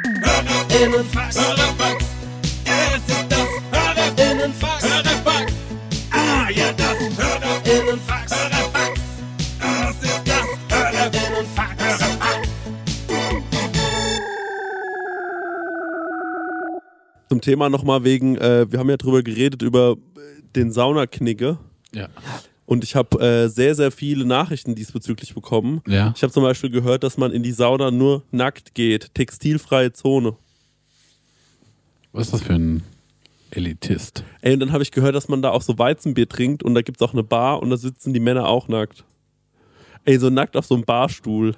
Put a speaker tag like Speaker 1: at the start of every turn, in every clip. Speaker 1: Hörerinnenfax. Hörerfax. Es ist das Hörerinnenfax. Hörerfax. Ah, ja, das Hörerinnenfax. Hörerfax. Das ist das Hörerinnenfax. Hörerfax.
Speaker 2: Zum Thema nochmal wegen, äh, wir haben ja drüber geredet, über äh, den Saunaknigge.
Speaker 3: Ja.
Speaker 2: Und ich habe äh, sehr, sehr viele Nachrichten diesbezüglich bekommen.
Speaker 3: Ja.
Speaker 2: Ich habe zum Beispiel gehört, dass man in die Sauna nur nackt geht. Textilfreie Zone.
Speaker 3: Was ist das für ein Elitist?
Speaker 2: Ey, und dann habe ich gehört, dass man da auch so Weizenbier trinkt und da gibt es auch eine Bar und da sitzen die Männer auch nackt. Ey, so nackt auf so einem Barstuhl.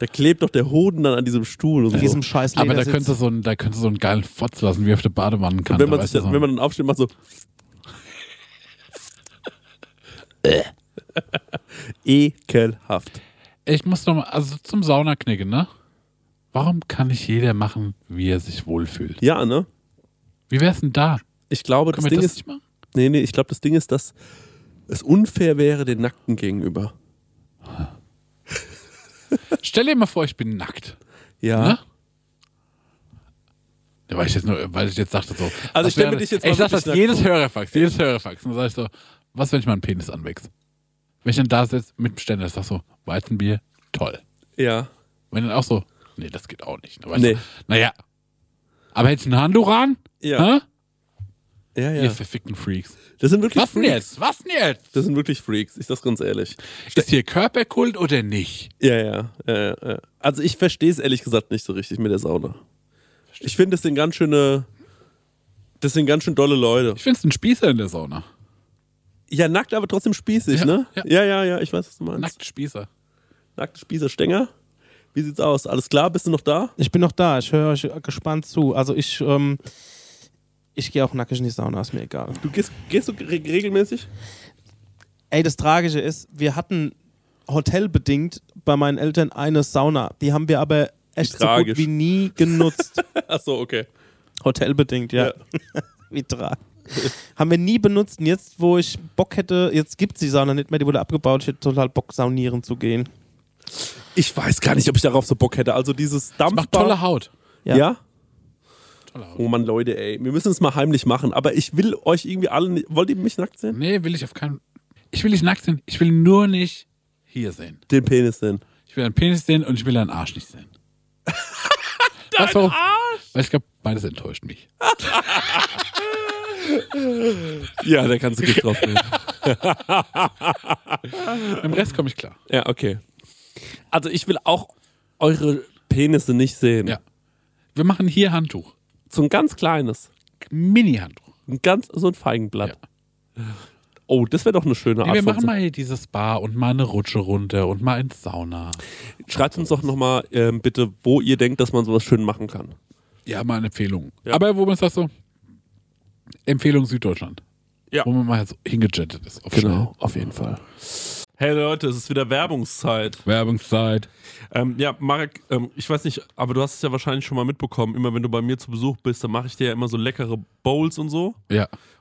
Speaker 2: Da klebt doch der Hoden dann an diesem Stuhl. Und
Speaker 4: In
Speaker 2: so.
Speaker 4: diesem scheiß
Speaker 3: Aber da
Speaker 4: Ledersitz.
Speaker 3: könnte so einen, da könnte so einen geilen Fotz lassen, wie auf der Badewannenkanne.
Speaker 2: Und wenn man, sich
Speaker 3: weißt du,
Speaker 2: dann,
Speaker 3: so
Speaker 2: wenn man dann aufsteht, macht so. Ekelhaft.
Speaker 3: ich muss noch mal, also zum Saunaknicken, ne? Warum kann nicht jeder machen, wie er sich wohlfühlt?
Speaker 2: Ja, ne?
Speaker 3: Wie wär's denn da?
Speaker 2: Ich glaube, das
Speaker 3: Können wir
Speaker 2: Ding
Speaker 3: das
Speaker 2: ist.
Speaker 3: nicht machen?
Speaker 2: Nee, nee, ich glaube, das Ding ist, dass es unfair wäre den Nackten gegenüber.
Speaker 3: Stell dir mal vor, ich bin nackt.
Speaker 2: Ja.
Speaker 3: Ne? Ja, weil ich jetzt nur, weil ich jetzt dachte so.
Speaker 2: Also
Speaker 3: was
Speaker 2: ich stell
Speaker 3: wäre-
Speaker 2: mir dich jetzt
Speaker 3: ey,
Speaker 2: mal
Speaker 3: Ich sag
Speaker 2: wirklich
Speaker 3: das
Speaker 2: nackt
Speaker 3: jedes Hörerfax, jedes Hörerfax. Und dann sag ich so, was, wenn ich meinen Penis anwächst? Wenn ich dann da sitze mit dem Ständer, ich sag so, Weizenbier, toll.
Speaker 2: Ja.
Speaker 3: Wenn dann auch so, nee, das geht auch nicht. Ne,
Speaker 2: Nee.
Speaker 3: nee. Naja. Aber hättest du ein Handtuch an?
Speaker 2: Ja.
Speaker 3: Hä?
Speaker 2: Ja, ja.
Speaker 3: Ihr verfickten Freaks.
Speaker 2: Das sind wirklich
Speaker 3: Was denn
Speaker 2: Freaks.
Speaker 3: jetzt? Was denn jetzt?
Speaker 2: Das sind wirklich Freaks, ich das ganz ehrlich.
Speaker 3: Ist hier Körperkult oder nicht?
Speaker 2: Ja, ja. Äh, äh. Also ich verstehe es ehrlich gesagt nicht so richtig mit der Sauna. Ich finde, das sind ganz schöne. Das sind ganz schön dolle Leute.
Speaker 3: Ich find's ein Spießer in der Sauna.
Speaker 2: Ja, nackt, aber trotzdem spießig,
Speaker 3: Ja,
Speaker 2: ne?
Speaker 3: ja.
Speaker 2: Ja, ja, ja, ich weiß, was du meinst.
Speaker 3: Nackte Spießer.
Speaker 2: Nackte Spießer Stenger. Wie sieht's aus? Alles klar? Bist du noch da?
Speaker 4: Ich bin noch da, ich höre euch gespannt zu. Also ich, ähm, ich gehe auch nackig in die Sauna, ist mir egal.
Speaker 2: Du gehst, gehst du re regelmäßig?
Speaker 4: Ey, das Tragische ist, wir hatten hotelbedingt bei meinen Eltern eine Sauna. Die haben wir aber echt so
Speaker 2: tragisch.
Speaker 4: gut wie nie genutzt.
Speaker 2: Ach so, okay.
Speaker 4: hotelbedingt, ja.
Speaker 2: Ja.
Speaker 4: Wie tragisch. haben wir nie benutzt. Und jetzt, wo ich Bock hätte, jetzt gibt es die Sauna nicht mehr, die wurde abgebaut. Ich hätte total Bock, saunieren zu gehen.
Speaker 2: Ich weiß gar nicht, ob ich darauf so Bock hätte. Also dieses
Speaker 3: Macht
Speaker 2: Dampfbad.
Speaker 3: tolle Haut.
Speaker 2: ja. ja?
Speaker 3: Tolle Haut.
Speaker 2: Oh Mann, Leute, ey. Wir müssen es mal heimlich machen. Aber ich will euch irgendwie alle. nicht- Wollt ihr mich nackt sehen?
Speaker 3: Nee, will ich auf keinen. Ich will nicht nackt sehen. Ich will nur nicht hier sehen.
Speaker 2: Den Penis sehen.
Speaker 3: Ich will einen Penis sehen und ich will einen Arsch nicht sehen. Dein warum? Arsch? Weil ich glaube, beides enttäuscht mich.
Speaker 2: Ja, da kannst du getroffen werden.
Speaker 3: Mit dem Rest komme ich klar.
Speaker 2: Ja, okay. Also ich will auch eure Penisse nicht sehen.
Speaker 3: Ja. Wir machen hier Handtuch.
Speaker 2: So ein ganz kleines.
Speaker 3: Mini-Handtuch.
Speaker 2: Ein ganz, so ein Feigenblatt. Oh, das wäre doch eine schöne
Speaker 3: Nee,
Speaker 2: Art.
Speaker 3: wir
Speaker 2: von
Speaker 3: machen mal hier dieses Spa und mal eine Rutsche runter und mal ins Sauna.
Speaker 2: Schreibt uns doch nochmal ähm, bitte, wo ihr denkt, dass man sowas schön machen kann.
Speaker 3: Ja, mal eine Empfehlung.
Speaker 2: Ja.
Speaker 3: Aber wo man sagt so, Empfehlung Süddeutschland.
Speaker 2: Ja.
Speaker 3: Wo man mal so hingejettet ist. Auf schnell.
Speaker 2: Genau, auf jeden Fall. Hey Leute, es ist wieder Werbungszeit.
Speaker 3: Werbungszeit.
Speaker 2: Ähm, ja, Marek, ähm, ich weiß nicht, aber du hast es ja wahrscheinlich schon mal mitbekommen. Immer wenn du bei mir zu Besuch bist, dann mache ich dir ja immer so leckere Bowls und so.
Speaker 3: Ja.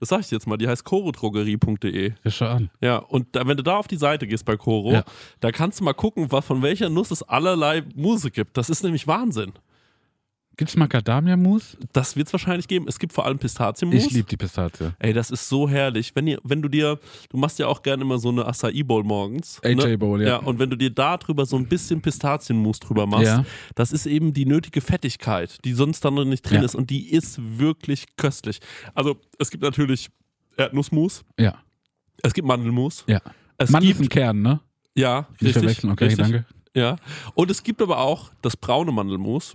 Speaker 2: Das sag ich jetzt mal, die heißt chorodrogerie.de.
Speaker 3: Ja, schau an.
Speaker 2: Ja, und da, wenn du da auf die Seite gehst bei Coro,
Speaker 3: Ja.
Speaker 2: da kannst du mal gucken, was, von welcher Nuss es allerlei Muse gibt. Das ist nämlich Wahnsinn.
Speaker 3: Gibt's Macadamia-Mus?
Speaker 2: Das wird es wahrscheinlich geben. Es gibt vor allem Pistazienmus.
Speaker 3: Ich liebe die Pistazie.
Speaker 2: Ey, das ist so herrlich. Wenn, ihr, wenn du dir, du machst ja auch gerne immer so eine Acai Bowl morgens. ne?
Speaker 3: AJ Bowl, ja.
Speaker 2: Ja, und wenn du dir da drüber so ein bisschen Pistazienmus drüber machst,
Speaker 3: Ja.
Speaker 2: das ist eben die nötige Fettigkeit, die sonst dann noch nicht drin
Speaker 3: Ja.
Speaker 2: ist. Und die ist wirklich köstlich. Also, es gibt natürlich Erdnussmus,
Speaker 3: Ja,
Speaker 2: es gibt Mandelmus.
Speaker 3: ja.
Speaker 2: Es
Speaker 3: Mann ist ein
Speaker 2: gibt,
Speaker 3: Kern, ne?
Speaker 2: ja,
Speaker 3: Nicht
Speaker 2: richtig,
Speaker 3: verwechseln, okay,
Speaker 2: richtig.
Speaker 3: danke.
Speaker 2: Ja. Und es gibt aber auch das braune Mandelmus.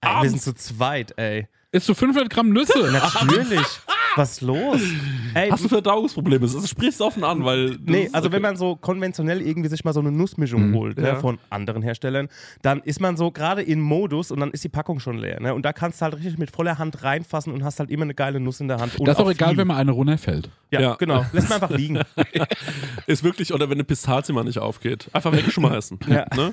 Speaker 4: Ey, wir
Speaker 2: abends.
Speaker 4: sind zu zweit, ey.
Speaker 3: Isst du 500 Gramm Nüsse?
Speaker 4: Natürlich. Was ist los? Ey,
Speaker 2: Hast du Verdauungsprobleme? Das sprichst du offen an, weil. das
Speaker 4: Nee,
Speaker 2: ist
Speaker 4: also
Speaker 2: okay.
Speaker 4: wenn man so konventionell irgendwie sich mal so eine Nussmischung holt ne,
Speaker 2: Ja.
Speaker 4: von anderen Herstellern, dann ist man so gerade in Modus und dann ist die Packung schon leer. Ne? Und da kannst du halt richtig mit voller Hand reinfassen und hast halt immer eine geile Nuss in der Hand. Und
Speaker 3: Das ist auch egal,
Speaker 4: viel.
Speaker 3: wenn mal eine runterfällt.
Speaker 4: Ja,
Speaker 2: Ja.
Speaker 4: genau. Lässt man einfach liegen.
Speaker 2: Ist wirklich, oder wenn eine Pistazie mal nicht aufgeht. Einfach wegschmeißen.
Speaker 4: Ja.
Speaker 2: Ne?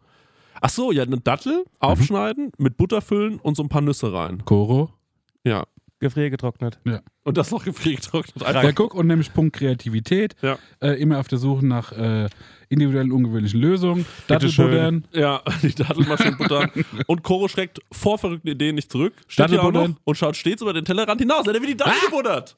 Speaker 2: Ach so, ja, eine Dattel aufschneiden, mit Butter füllen und so ein paar Nüsse rein.
Speaker 3: Koro.
Speaker 2: Ja.
Speaker 4: Gefriergetrocknet.
Speaker 3: Ja.
Speaker 2: Und das noch gefriergetrocknet. Einfach.
Speaker 3: ja, guck, und nämlich Punkt Kreativität.
Speaker 2: Ja.
Speaker 3: Äh, immer auf der Suche nach äh, individuellen, ungewöhnlichen Lösungen.
Speaker 4: schön.
Speaker 3: Dattelbuddern.
Speaker 2: Ja, die Dattel mal schön buttern. Und Koro schreckt vor verrückten Ideen nicht zurück. Steht
Speaker 3: Dattel
Speaker 2: hier auch noch
Speaker 3: buttern.
Speaker 2: und schaut stets über den Tellerrand hinaus. Er wird die Dattel gebuttert.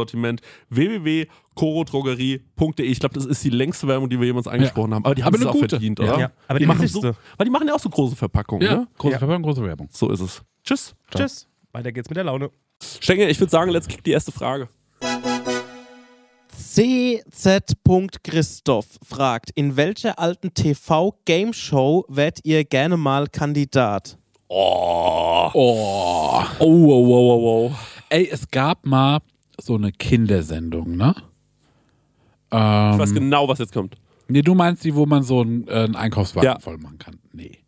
Speaker 2: www.korodrogerie.de. Ich glaube, das ist die längste Werbung, die wir jemals angesprochen haben. Aber die haben
Speaker 3: Aber
Speaker 2: es
Speaker 3: eine
Speaker 2: auch
Speaker 3: gute.
Speaker 2: verdient,
Speaker 3: Ja.
Speaker 2: oder?
Speaker 4: Ja, aber
Speaker 2: die
Speaker 4: die
Speaker 2: machen so,
Speaker 4: billigste.
Speaker 2: Weil die machen ja auch so große Verpackungen,
Speaker 3: Ja,
Speaker 2: ne?
Speaker 3: große
Speaker 4: Ja.
Speaker 3: Verpackung, große Werbung.
Speaker 2: So ist es. Tschüss.
Speaker 4: Tschüss. Weiter geht's mit der Laune.
Speaker 2: Stenge, ich würde sagen, let's kick die erste Frage.
Speaker 4: CZ.Christoph fragt, in welcher alten TV-Game-Show wärt ihr gerne mal Kandidat?
Speaker 3: Oh.
Speaker 2: Oh, wow, wow, wow, wow.
Speaker 3: Ey, es gab mal so eine Kindersendung, ne?
Speaker 2: Ich
Speaker 3: Ähm,
Speaker 2: weiß genau, was jetzt kommt.
Speaker 3: nee, du meinst die, wo man so einen, äh, einen Einkaufswagen
Speaker 2: Ja.
Speaker 3: voll machen kann. Nee.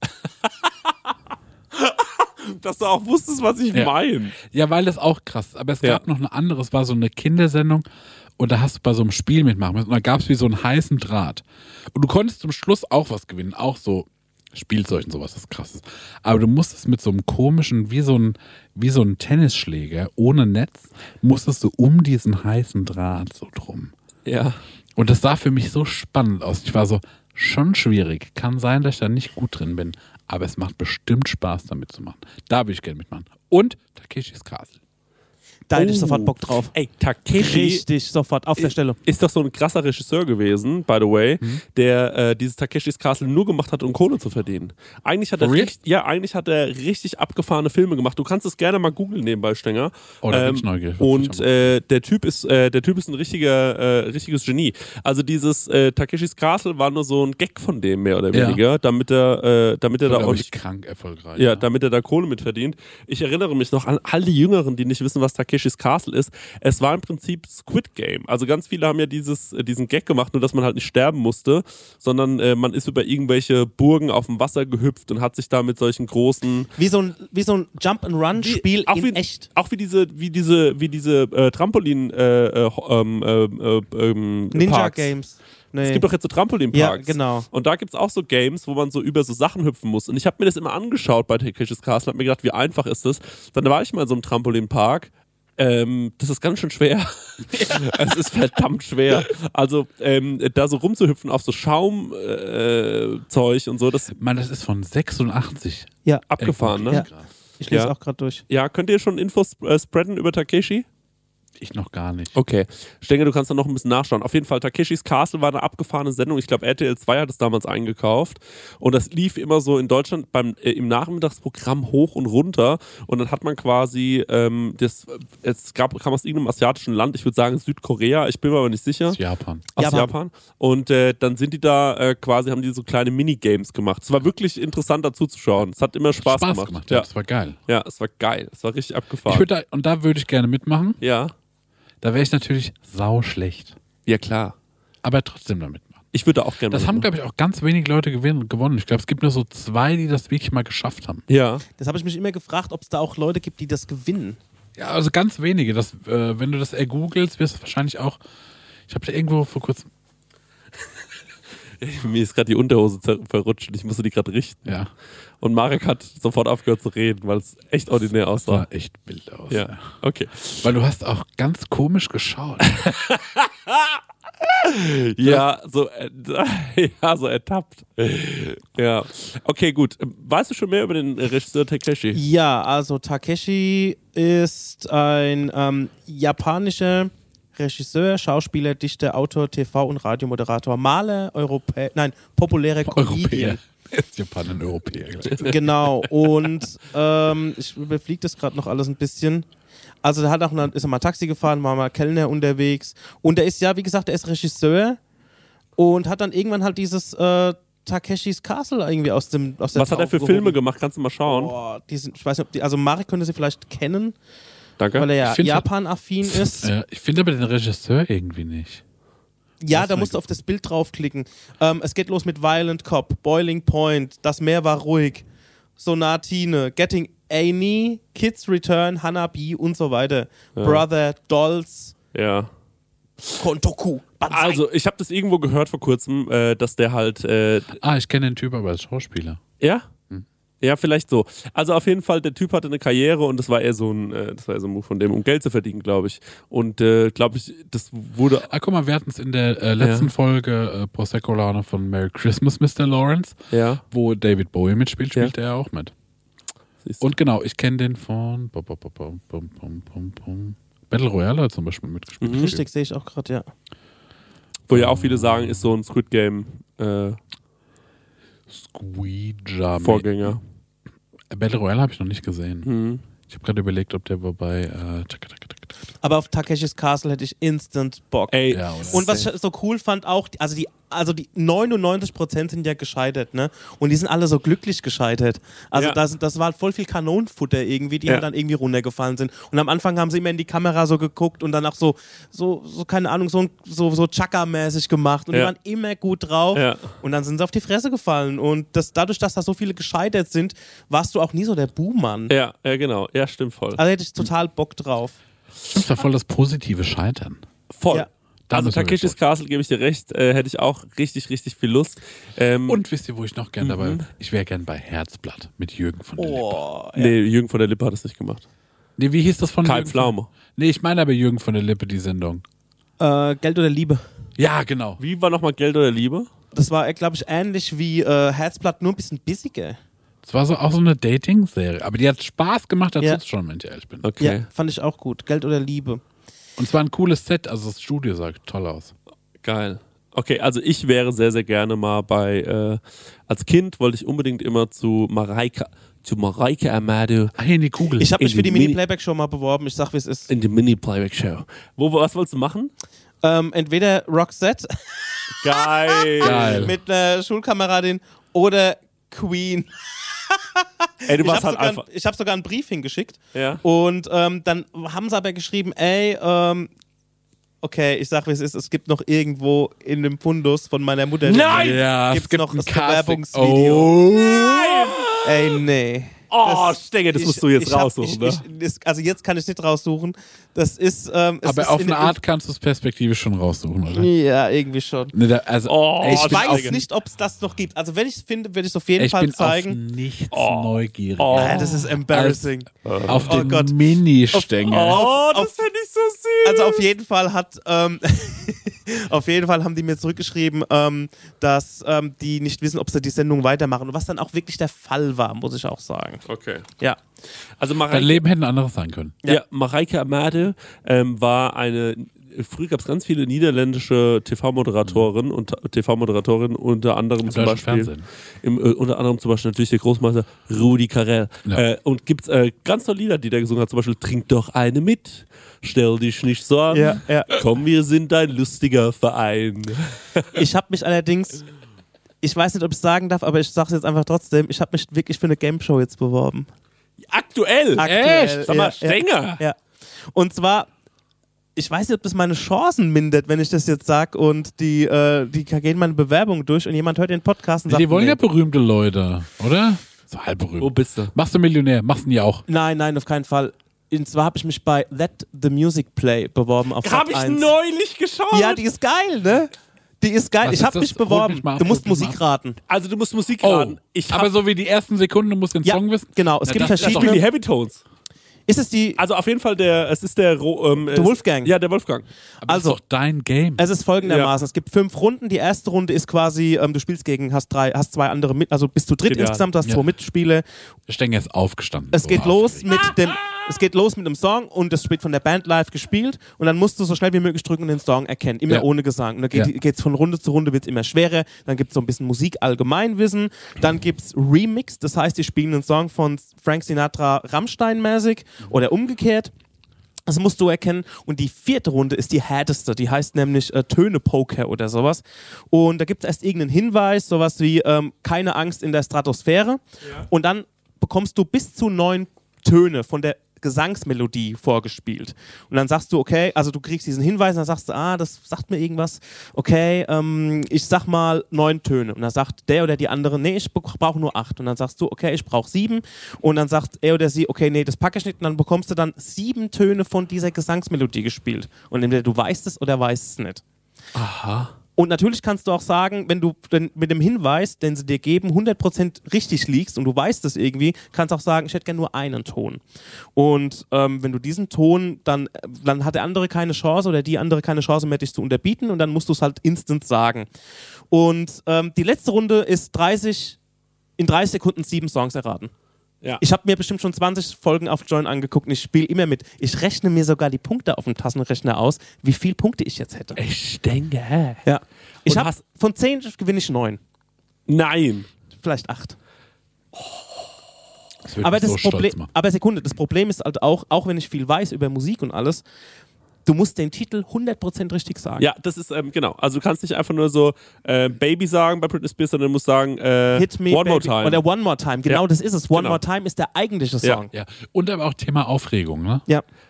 Speaker 2: Dass du auch wusstest, was ich
Speaker 3: Ja.
Speaker 2: meine.
Speaker 3: Ja, weil das auch krass. Aber es
Speaker 2: Ja.
Speaker 3: gab noch eine andere. Es war so eine Kindersendung und da hast du bei so einem Spiel mitmachen müssen. Und da gab es wie so einen heißen Draht. Und du konntest zum Schluss auch was gewinnen. Auch so Spielzeug und sowas, das ist krass. Aber du musstest mit so einem komischen, wie so ein, wie so ein Tennisschläger ohne Netz, musstest du um diesen heißen Draht so drum.
Speaker 2: Ja.
Speaker 3: Und das sah für mich so spannend aus. Ich war so, schon schwierig. Kann sein, dass ich da nicht gut drin bin. Aber es macht bestimmt Spaß, damit zu machen. Da würde ich gerne mitmachen. Und Takeshis Castle.
Speaker 4: Da hätte ich
Speaker 2: Oh. Äh,
Speaker 4: sofort Bock drauf.
Speaker 2: Ey, Takeshi
Speaker 4: Richtig, sofort, auf der Stelle.
Speaker 2: ist doch so ein krasser Regisseur gewesen, by the way, der äh, dieses Takeshis Castle nur gemacht hat, um Kohle zu verdienen. Eigentlich hat er
Speaker 3: For real?
Speaker 2: richtig, ja, eigentlich hat er richtig abgefahrene Filme gemacht. Du kannst es gerne mal googeln nebenbei, Stenger. Ähm,
Speaker 3: Oh, da bin ich neugierig. Was ich
Speaker 2: Und
Speaker 3: hab.
Speaker 2: äh, der Typ ist, äh, der Typ ist ein richtiger, äh, richtiges Genie. Also dieses äh, Takeshis Castle war nur so ein Gag von dem mehr oder
Speaker 3: Ja.
Speaker 2: weniger, damit er, äh, damit er da
Speaker 3: Da war
Speaker 2: ordentlich
Speaker 3: ich krank erfolgreich.
Speaker 2: ja, damit er da Kohle mitverdient. Ich erinnere mich noch an all die Jüngeren, die nicht wissen, was Takeshis Castle ist. Es war im Prinzip Squid Game. Also ganz viele haben ja dieses, äh, diesen Gag gemacht, nur dass man halt nicht sterben musste, sondern äh, man ist über irgendwelche Burgen auf dem Wasser gehüpft und hat sich da mit solchen großen
Speaker 4: Wie so ein, wie so ein Jump-and-Run-Spiel
Speaker 2: auch
Speaker 4: in
Speaker 2: wie,
Speaker 4: echt.
Speaker 2: Auch wie diese, wie diese, wie diese äh, Trampolin äh, äh, ho- ähm, äh, äh, ähm,
Speaker 4: Ninja
Speaker 2: Parks.
Speaker 4: Games. Nee.
Speaker 2: Es gibt doch jetzt so Trampolinparks.
Speaker 4: Ja, genau.
Speaker 2: Und da gibt's auch so Games, wo man so über so Sachen hüpfen muss. Und ich habe mir das immer angeschaut bei Takeshis Castle und habe mir gedacht, wie einfach ist das? Dann war ich mal in so einem Trampolinpark. Ähm, das ist ganz schön schwer. es ist verdammt schwer. Also ähm, da so rumzuhüpfen auf so Schaumzeug äh, Zeug und so, das ist
Speaker 3: Mann, das ist von 86.
Speaker 4: ja,
Speaker 2: abgefahren, ne?
Speaker 4: Ja.
Speaker 3: Krass.
Speaker 4: ich lese
Speaker 2: ja.
Speaker 4: auch gerade durch.
Speaker 2: Ja, könnt ihr schon Infos äh, spreaden über Takeshi?
Speaker 3: Ich noch gar nicht.
Speaker 2: Okay. Ich denke, du kannst da noch ein bisschen nachschauen. Auf jeden Fall, Takeshis Castle war eine abgefahrene Sendung. Ich glaube, RTL 2 hat es damals eingekauft. Und das lief immer so in Deutschland beim, äh, im Nachmittagsprogramm hoch und runter. Und dann hat man quasi, ähm, das, es gab, kam aus irgendeinem asiatischen Land, ich würde sagen Südkorea, ich bin mir aber nicht sicher.
Speaker 3: Aus Japan.
Speaker 2: Aus
Speaker 1: Japan.
Speaker 2: Japan. Und äh, dann sind die da äh, quasi, haben die so kleine Minigames gemacht. Es war wirklich interessant dazu zu schauen. Es hat immer Spaß, gemacht.
Speaker 3: Ja.
Speaker 2: Ja.
Speaker 3: Das war geil.
Speaker 2: ja, es war geil. Es war richtig
Speaker 3: Ich
Speaker 2: abgefahren.
Speaker 3: würd da, und da würde ich gerne mitmachen.
Speaker 2: ja.
Speaker 3: Da wäre ich natürlich sauschlecht.
Speaker 2: Ja, klar.
Speaker 3: Aber trotzdem da mitmachen.
Speaker 2: Ich würde da auch gerne
Speaker 3: Das
Speaker 2: mal
Speaker 3: haben,
Speaker 2: mitmachen.
Speaker 3: glaube ich, auch ganz wenig Leute gewin- gewonnen. Ich glaube, es gibt nur so zwei, die das wirklich mal geschafft haben.
Speaker 2: Ja.
Speaker 1: Das habe ich mich immer gefragt, ob es da auch Leute gibt, die das gewinnen.
Speaker 3: Ja, also ganz wenige. Das, äh, wenn du das ergoogelst, wirst du wahrscheinlich auch. Ich habe da irgendwo vor kurzem.
Speaker 2: Mir ist gerade die Unterhose zer- verrutscht und ich musste die gerade richten.
Speaker 3: Ja.
Speaker 2: Und Marek hat sofort aufgehört zu reden, weil es echt ordinär
Speaker 3: Das sah
Speaker 2: aussah.
Speaker 3: echt wild aus.
Speaker 2: Ja, okay.
Speaker 3: Weil du hast auch ganz komisch geschaut.
Speaker 2: Ja, so, äh, ja, so ertappt. Ja. Okay, gut. Weißt du schon mehr über den Regisseur Takeshi?
Speaker 1: Ja, also Takeshi ist ein ähm, japanischer Regisseur, Schauspieler, Dichter, Autor, TV- und Radiomoderator, Maler, Europäer, nein, populäre
Speaker 3: Europäer.
Speaker 1: Comedian.
Speaker 3: Er Ist Japan ein Europäer? gleich.
Speaker 1: Genau, und ähm, ich überfliege das gerade noch alles ein bisschen. Also der hat auch mal, ist er mal Taxi gefahren, war mal Kellner unterwegs. Und er ist ja, wie gesagt, er ist Regisseur und hat dann irgendwann halt dieses äh, Takeshis Castle irgendwie aus dem aus der
Speaker 2: Was hat er für
Speaker 1: Taufe
Speaker 2: Filme
Speaker 1: gehoben.
Speaker 2: gemacht? Kannst du mal schauen?
Speaker 1: Boah, die sind, ich weiß nicht, ob die, also Marek könnte sie vielleicht kennen,
Speaker 2: Danke.
Speaker 1: weil er
Speaker 3: Ich
Speaker 1: ja
Speaker 3: find's halt-
Speaker 1: Japan-affin ist.
Speaker 3: Ja, äh, ich finde aber den Regisseur irgendwie nicht.
Speaker 1: Ja, da musst du auf das Bild draufklicken. Ähm, es geht los mit Violent Cop, Boiling Point, Das Meer war ruhig, Sonatine, Getting Amy, Kids Return, Hanabi und so weiter. Brother, Dolls,
Speaker 2: ja.
Speaker 1: Kontoku, Banzai.
Speaker 2: Also, ich habe das irgendwo gehört vor kurzem, äh, dass der halt. Äh,
Speaker 3: Ah, ich kenne den Typ aber als Schauspieler.
Speaker 2: ja? Ja, vielleicht so. Also auf jeden Fall, der Typ hatte eine Karriere und das war eher so ein, äh, das war eher so ein Move von dem, um Geld zu verdienen, glaube ich. Und äh, glaube ich, das wurde
Speaker 3: Ah, guck mal, wir hatten es in der äh, letzten
Speaker 2: Ja.
Speaker 3: Folge äh, Prosecco Laune von Merry Christmas, Mr. Lawrence,
Speaker 2: Ja.
Speaker 3: wo David Bowie mitspielt,
Speaker 2: Ja.
Speaker 3: spielt er auch mit.
Speaker 2: Siehst du.
Speaker 3: Und genau, ich kenne den von bum, bum, bum, bum, bum, bum, bum, bum. Battle Royale hat zum Beispiel mitgespielt.
Speaker 1: Richtig, sehe ich auch gerade, ja.
Speaker 2: wo ja auch viele sagen, ist so ein Squid Game äh,
Speaker 3: Squeegee.
Speaker 2: Vorgänger.
Speaker 3: Battle Royale habe ich noch nicht gesehen.
Speaker 2: Hm.
Speaker 3: Ich habe gerade überlegt, ob der wobei. Äh, tschak, tschak, tschak, tschak.
Speaker 1: Aber auf Takeshis Castle hätte ich instant Bock.
Speaker 2: Ey,
Speaker 3: Ja, oder?
Speaker 1: Und was ich so cool fand auch, also die, also die 99% sind ja gescheitert, ne? Und die sind alle so glücklich gescheitert. Also
Speaker 2: Ja.
Speaker 1: das, das war halt voll viel Kanonenfutter irgendwie, die
Speaker 2: Ja.
Speaker 1: halt dann irgendwie runtergefallen sind. Und am Anfang haben sie immer in die Kamera so geguckt und danach so, so, so keine Ahnung, so, so, so Chaka-mäßig gemacht. Und die
Speaker 2: Ja.
Speaker 1: waren immer gut drauf.
Speaker 2: Ja.
Speaker 1: Und dann sind sie auf die Fresse gefallen. Und das, dadurch, dass da so viele gescheitert sind, warst du auch nie so der Buhmann.
Speaker 2: ja, ja, genau. Ja, stimmt voll.
Speaker 1: Also hätte ich total Bock drauf.
Speaker 3: Das war voll das positive Scheitern.
Speaker 2: Voll.
Speaker 1: Ja.
Speaker 3: Da
Speaker 2: Also
Speaker 3: müssen wir
Speaker 2: Takeshis
Speaker 3: durch.
Speaker 2: Castle, gebe ich dir recht, äh, hätte ich auch richtig, richtig viel Lust.
Speaker 1: Mhm.
Speaker 2: Ähm,
Speaker 3: Und wisst ihr, wo ich noch gern dabei bin? Ich wäre gern bei Herzblatt mit Jürgen von der Lippe.
Speaker 1: Boah.
Speaker 2: nee, Jürgen von der Lippe hat es nicht gemacht.
Speaker 3: Nee, wie hieß das von
Speaker 2: Kai
Speaker 3: Jürgen von-
Speaker 2: Pflaume.
Speaker 3: Nee, ich meine aber Jürgen von der Lippe, die Sendung.
Speaker 1: Äh, Geld oder Liebe?
Speaker 3: Ja, genau.
Speaker 2: Wie war nochmal Geld oder Liebe?
Speaker 1: Das war, glaube ich, ähnlich wie äh, Herzblatt, nur ein bisschen bissiger.
Speaker 3: Es war so auch so eine Dating-Serie. Aber die hat Spaß gemacht, dazu
Speaker 1: Ja.
Speaker 3: schon, wenn ich ehrlich bin.
Speaker 2: Okay.
Speaker 1: Ja, fand ich auch gut. Geld oder Liebe.
Speaker 3: Und zwar ein cooles Set, also das Studio sah toll aus.
Speaker 2: Geil. Okay, also ich wäre sehr, sehr gerne mal bei, äh, als Kind wollte ich unbedingt immer zu Mareike, zu Mareike Amado
Speaker 3: Ah, hier in die Kugel.
Speaker 1: Ich habe mich
Speaker 2: In
Speaker 1: für
Speaker 2: die
Speaker 1: die
Speaker 2: Mini-
Speaker 1: Mini-Playback-Show mal beworben. Ich sag, wie es ist.
Speaker 2: in die Mini-Playback-Show. Wo, was wolltest du machen?
Speaker 1: Ähm, entweder Roxette
Speaker 2: Geil.
Speaker 3: Geil.
Speaker 1: mit einer Schulkameradin oder Queen.
Speaker 2: Ey, du
Speaker 1: Ich habe
Speaker 2: warst halt
Speaker 1: sogar,
Speaker 2: einfach.
Speaker 1: ein- ich hab sogar einen Brief hingeschickt.
Speaker 2: Ja.
Speaker 1: Und ähm, dann haben sie aber geschrieben, ey, ähm, okay, ich sag, wie es ist. Es gibt noch irgendwo in dem Fundus von meiner Mutter.
Speaker 2: Nein!
Speaker 3: ja,
Speaker 1: Gibt's noch das
Speaker 3: Casting-
Speaker 1: Bewerbungsvideo.
Speaker 3: Oh.
Speaker 1: Ey, nee.
Speaker 2: Oh, Stenge, das musst du jetzt
Speaker 1: hab-
Speaker 2: raussuchen, ne?
Speaker 1: ich- ich- das- also jetzt kann ich nicht raussuchen. Das ist. Ähm, es
Speaker 3: Aber
Speaker 1: ist
Speaker 3: auf
Speaker 1: in-
Speaker 3: eine Art kannst du es perspektivisch schon raussuchen, oder?
Speaker 1: Ja, irgendwie schon.
Speaker 3: Nee, da, also,
Speaker 2: Oh,
Speaker 3: ey, ich
Speaker 1: Ich
Speaker 3: bin
Speaker 1: weiß
Speaker 3: auf,
Speaker 1: nicht, ob es das noch gibt. Also wenn ich es finde, werde ich es auf jeden
Speaker 3: Ich
Speaker 1: Fall
Speaker 3: bin
Speaker 1: zeigen.
Speaker 3: auf nichts
Speaker 2: Oh.
Speaker 3: neugierig.
Speaker 2: Oh.
Speaker 1: Ah, das ist embarrassing.
Speaker 3: Auf
Speaker 1: Oh
Speaker 3: den
Speaker 1: Gott.
Speaker 3: Mini-Stängel.
Speaker 2: Oh, das
Speaker 1: auf-
Speaker 2: finde ich so süß.
Speaker 1: Also auf jeden Fall hat ähm, Auf jeden Fall haben die mir zurückgeschrieben, ähm, dass ähm, die nicht wissen, ob sie die Sendung weitermachen. Und was dann auch wirklich der Fall war, muss ich auch sagen.
Speaker 2: Okay.
Speaker 1: Ja.
Speaker 2: Also
Speaker 3: Dein
Speaker 1: Äh,
Speaker 2: Mareike,
Speaker 3: Leben hätte ein anderes sein können.
Speaker 2: ja. Mareike Amade ähm, war eine. Früher gab es ganz viele niederländische TV-Moderatorinnen und TV-Moderatorinnen unter anderem zum
Speaker 3: deutschen
Speaker 2: Beispiel
Speaker 3: Fernsehen.
Speaker 2: im, äh, unter anderem zum Beispiel natürlich der Großmeister Rudi Carell
Speaker 3: Ja.
Speaker 2: äh, und gibt's äh, ganz tolle Lieder, die der gesungen hat. Zum Beispiel Trink doch eine mit, stell dich nicht so an,
Speaker 1: Ja, ja.
Speaker 2: komm wir sind ein lustiger Verein.
Speaker 1: Ich habe mich allerdings, ich weiß nicht, ob ich sagen darf, aber ich sage es jetzt einfach trotzdem, ich habe mich wirklich für eine Game Show jetzt beworben.
Speaker 2: Aktuell.
Speaker 1: Aktuell,
Speaker 2: Sag mal,
Speaker 1: ja,
Speaker 2: Stenger.
Speaker 1: Ja. Und zwar, ich weiß nicht, ob das meine Chancen mindert, wenn ich das jetzt sage und die, äh, die gehen meine Bewerbung durch und jemand hört den Podcast und sagt,
Speaker 3: Die wollen
Speaker 1: nee.
Speaker 3: ja berühmte Leute, oder? So halb
Speaker 2: Wo
Speaker 3: berühmt.
Speaker 2: bist du?
Speaker 3: Machst du Millionär, machst du ja auch.
Speaker 1: nein, nein, auf keinen Fall. Und zwar habe ich mich bei Let the Music Play beworben auf
Speaker 2: Hab
Speaker 1: Sat.
Speaker 2: ich
Speaker 1: 1.
Speaker 2: neulich geschaut.
Speaker 1: Ja, die ist geil, ne? Die ist geil.
Speaker 3: Was
Speaker 1: ich
Speaker 3: ist
Speaker 1: habe
Speaker 3: das?
Speaker 1: mich
Speaker 3: Holt
Speaker 1: beworben.
Speaker 3: mich mal ab,
Speaker 1: du musst
Speaker 3: holt mich mal
Speaker 1: Musik
Speaker 3: ab.
Speaker 1: raten.
Speaker 2: also du musst Musik
Speaker 3: Oh,
Speaker 2: raten. Ich hab,
Speaker 3: aber so wie die ersten Sekunden, du musst den
Speaker 1: Ja,
Speaker 3: Song wissen.
Speaker 1: genau. Es
Speaker 3: Na,
Speaker 1: gibt
Speaker 3: das ist doch-
Speaker 2: ich bin
Speaker 1: verschiedene.
Speaker 2: die Happy Tones.
Speaker 1: Ist es die.
Speaker 2: Also auf jeden Fall der, es ist der, Ro- ähm, es-
Speaker 1: Wolfgang.
Speaker 2: Ja, der Wolfgang.
Speaker 3: Aber das ist
Speaker 1: also-
Speaker 3: doch dein Game.
Speaker 1: Es ist folgendermaßen: Es gibt fünf Runden. Die erste Runde ist quasi, ähm, du spielst gegen, hast drei, hast zwei andere mit, also bist du dritt
Speaker 2: Genial.
Speaker 1: insgesamt, hast
Speaker 3: Ja. Oh,
Speaker 1: zwei Mitspiele.
Speaker 3: Ich denke, er ist aufgestanden.
Speaker 1: Es
Speaker 3: so
Speaker 1: geht los
Speaker 3: aufgeregt.
Speaker 1: mit dem, es geht los mit einem Song und das wird von der Band live gespielt und dann musst du so schnell wie möglich drücken und den Song erkennen, immer
Speaker 3: Ja.
Speaker 1: ohne Gesang. Und dann geht
Speaker 3: Ja.
Speaker 1: geht's von Runde zu Runde wird's immer schwerer. Dann gibt's so ein bisschen Musik Allgemeinwissen, dann gibt's Remix, das heißt, die spielen einen Song von Frank Sinatra Rammstein mäßig oder umgekehrt. Das musst du erkennen. Und die vierte Runde ist die härteste. Die heißt nämlich äh, Töne-Poker oder sowas. Und da gibt es erst irgendeinen Hinweis, sowas wie ähm, keine Angst in der Stratosphäre. Und dann bekommst du bis zu neun Töne von der Gesangsmelodie vorgespielt. Und dann sagst du, okay, also du kriegst diesen Hinweis und dann sagst du, ah, das sagt mir irgendwas. Okay, ähm, ich sag mal neun Töne. Und dann sagt der oder die andere, nee, ich brauche nur acht. Und dann sagst du, okay, ich brauche sieben. Und dann sagt er oder sie, okay, nee, das packe ich nicht. Und dann bekommst du dann sieben Töne von dieser Gesangsmelodie gespielt. Und entweder du weißt es oder weißt es nicht. Und natürlich kannst du auch sagen, wenn du denn mit dem Hinweis, den sie dir geben, 100% richtig liegst und du weißt es irgendwie, kannst du auch sagen, ich hätte gerne nur einen Ton. Und ähm, wenn du diesen Ton, dann, dann hat der andere keine Chance oder die andere keine Chance mehr, dich zu unterbieten und dann musst du es halt instant sagen. Und ähm, die letzte Runde ist 30, in 30 Sekunden sieben Songs erraten.
Speaker 2: Ja.
Speaker 1: Ich habe mir bestimmt schon 20 Folgen auf Join angeguckt und ich spiele immer mit. Ich rechne mir sogar die Punkte auf dem Tassenrechner aus, wie viele Punkte ich jetzt hätte.
Speaker 2: Ich denke.
Speaker 1: Ja. Ich habe
Speaker 2: hast-
Speaker 1: von 10 gewinne ich 9,
Speaker 2: Nein.
Speaker 1: vielleicht 8.
Speaker 3: Das würde
Speaker 1: Aber
Speaker 3: mich
Speaker 1: das
Speaker 3: so stolz
Speaker 1: Problem
Speaker 3: machen.
Speaker 1: aber Sekunde, das Problem ist halt auch, auch wenn ich viel weiß über Musik und alles, du musst den Titel 100% richtig sagen.
Speaker 2: Ja, das ist, ähm, genau. Also du kannst nicht einfach nur so äh, Baby sagen bei Britney Spears, sondern du musst sagen, äh,
Speaker 1: Hit me
Speaker 2: One More
Speaker 1: baby.
Speaker 2: Time.
Speaker 1: oder One more time. Genau,
Speaker 2: Ja.
Speaker 1: das ist es. One
Speaker 2: Genau.
Speaker 1: more time ist der eigentliche
Speaker 2: Ja.
Speaker 1: Song. Ja,
Speaker 3: Ja. Und aber auch Thema Aufregung, ne?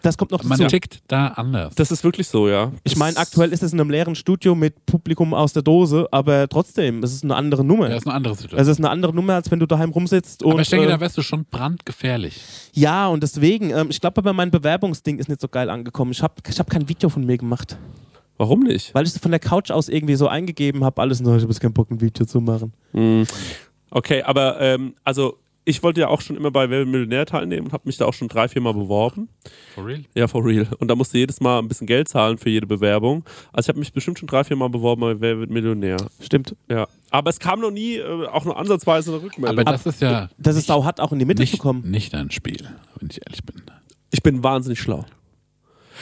Speaker 1: das kommt noch
Speaker 3: Man
Speaker 1: dazu.
Speaker 3: tickt da anders.
Speaker 2: das ist wirklich so, ja.
Speaker 1: Ich meine, aktuell ist es in einem leeren Studio mit Publikum aus der Dose, aber trotzdem, es ist eine andere Nummer.
Speaker 3: Ja, ist eine andere Situation.
Speaker 1: Also es ist eine andere Nummer, als wenn du daheim rumsitzt und
Speaker 3: aber ich denke,
Speaker 1: äh,
Speaker 3: da wärst du schon brandgefährlich.
Speaker 1: Ja, und deswegen, ähm, ich glaube, aber mein Bewerbungsding ist nicht so geil angekommen. Ich habe ich hab kein Video von mir gemacht,
Speaker 2: Warum nicht?
Speaker 1: weil ich es von der Couch aus irgendwie so eingegeben habe, alles nur, ich habe keinen Bock, ein Video zu machen.
Speaker 2: Okay, aber ähm, also ich wollte ja auch schon immer bei Wer wird Millionär teilnehmen und habe mich da auch schon drei, vier Mal beworben.
Speaker 3: For real?
Speaker 2: Ja, for real. Und da musst du jedes Mal ein bisschen Geld zahlen für jede Bewerbung. Also ich habe mich bestimmt schon drei, vier Mal beworben bei Wer wird Millionär.
Speaker 1: Stimmt.
Speaker 2: Ja. Aber es kam noch nie äh, auch nur ansatzweise eine Rückmeldung.
Speaker 3: Aber das ist ja
Speaker 1: Das ist auch hart, auch in die Mitte zu
Speaker 3: nicht,
Speaker 1: kommen.
Speaker 3: nicht ein Spiel, wenn ich ehrlich bin.
Speaker 2: Ich bin wahnsinnig schlau.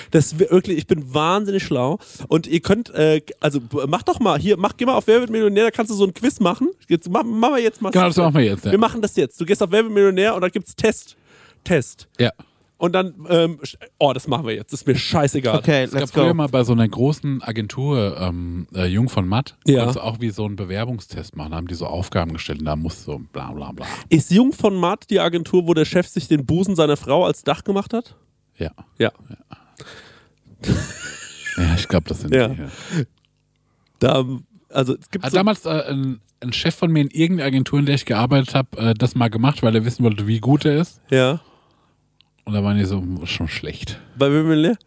Speaker 2: Das wi- wirklich, ich bin wahnsinnig schlau. Und ihr könnt, äh, also b- mach doch mal hier, mach, geh mal auf Wer wird Millionär, da kannst du so ein Quiz machen. Jetzt mach- machen wir jetzt mal.
Speaker 3: Genau, das machen wir jetzt. Ja.
Speaker 2: Wir machen das jetzt. Du gehst auf Wer wird Millionär und da gibt's Test. Test.
Speaker 3: ja.
Speaker 2: Und dann, ähm, sch- oh, das machen wir jetzt. ist mir scheißegal.
Speaker 1: Okay,
Speaker 3: Es gab
Speaker 1: let's
Speaker 3: früher
Speaker 1: go.
Speaker 3: mal bei so einer großen Agentur, ähm, äh, Jung von Matt,
Speaker 2: Ja.
Speaker 3: konntest du auch wie so einen Bewerbungstest machen, da haben die so Aufgaben gestellt und da musst du bla bla bla.
Speaker 2: Ist Jung von Matt die Agentur, wo der Chef sich den Busen seiner Frau als Dach gemacht hat?
Speaker 3: Ja,
Speaker 2: Ja.
Speaker 3: ja ich glaube, das sind
Speaker 2: Ja.
Speaker 3: die. Ja.
Speaker 2: Da, also es gibt
Speaker 3: Hat
Speaker 2: so,
Speaker 3: damals äh, ein, ein Chef von mir in irgendeiner Agentur, in der ich gearbeitet habe, äh, das mal gemacht, weil er wissen wollte, wie gut er ist.
Speaker 2: ja,
Speaker 3: Und da waren die so, "Hm, schon schlecht.
Speaker 2: bei Wer wird Millionär?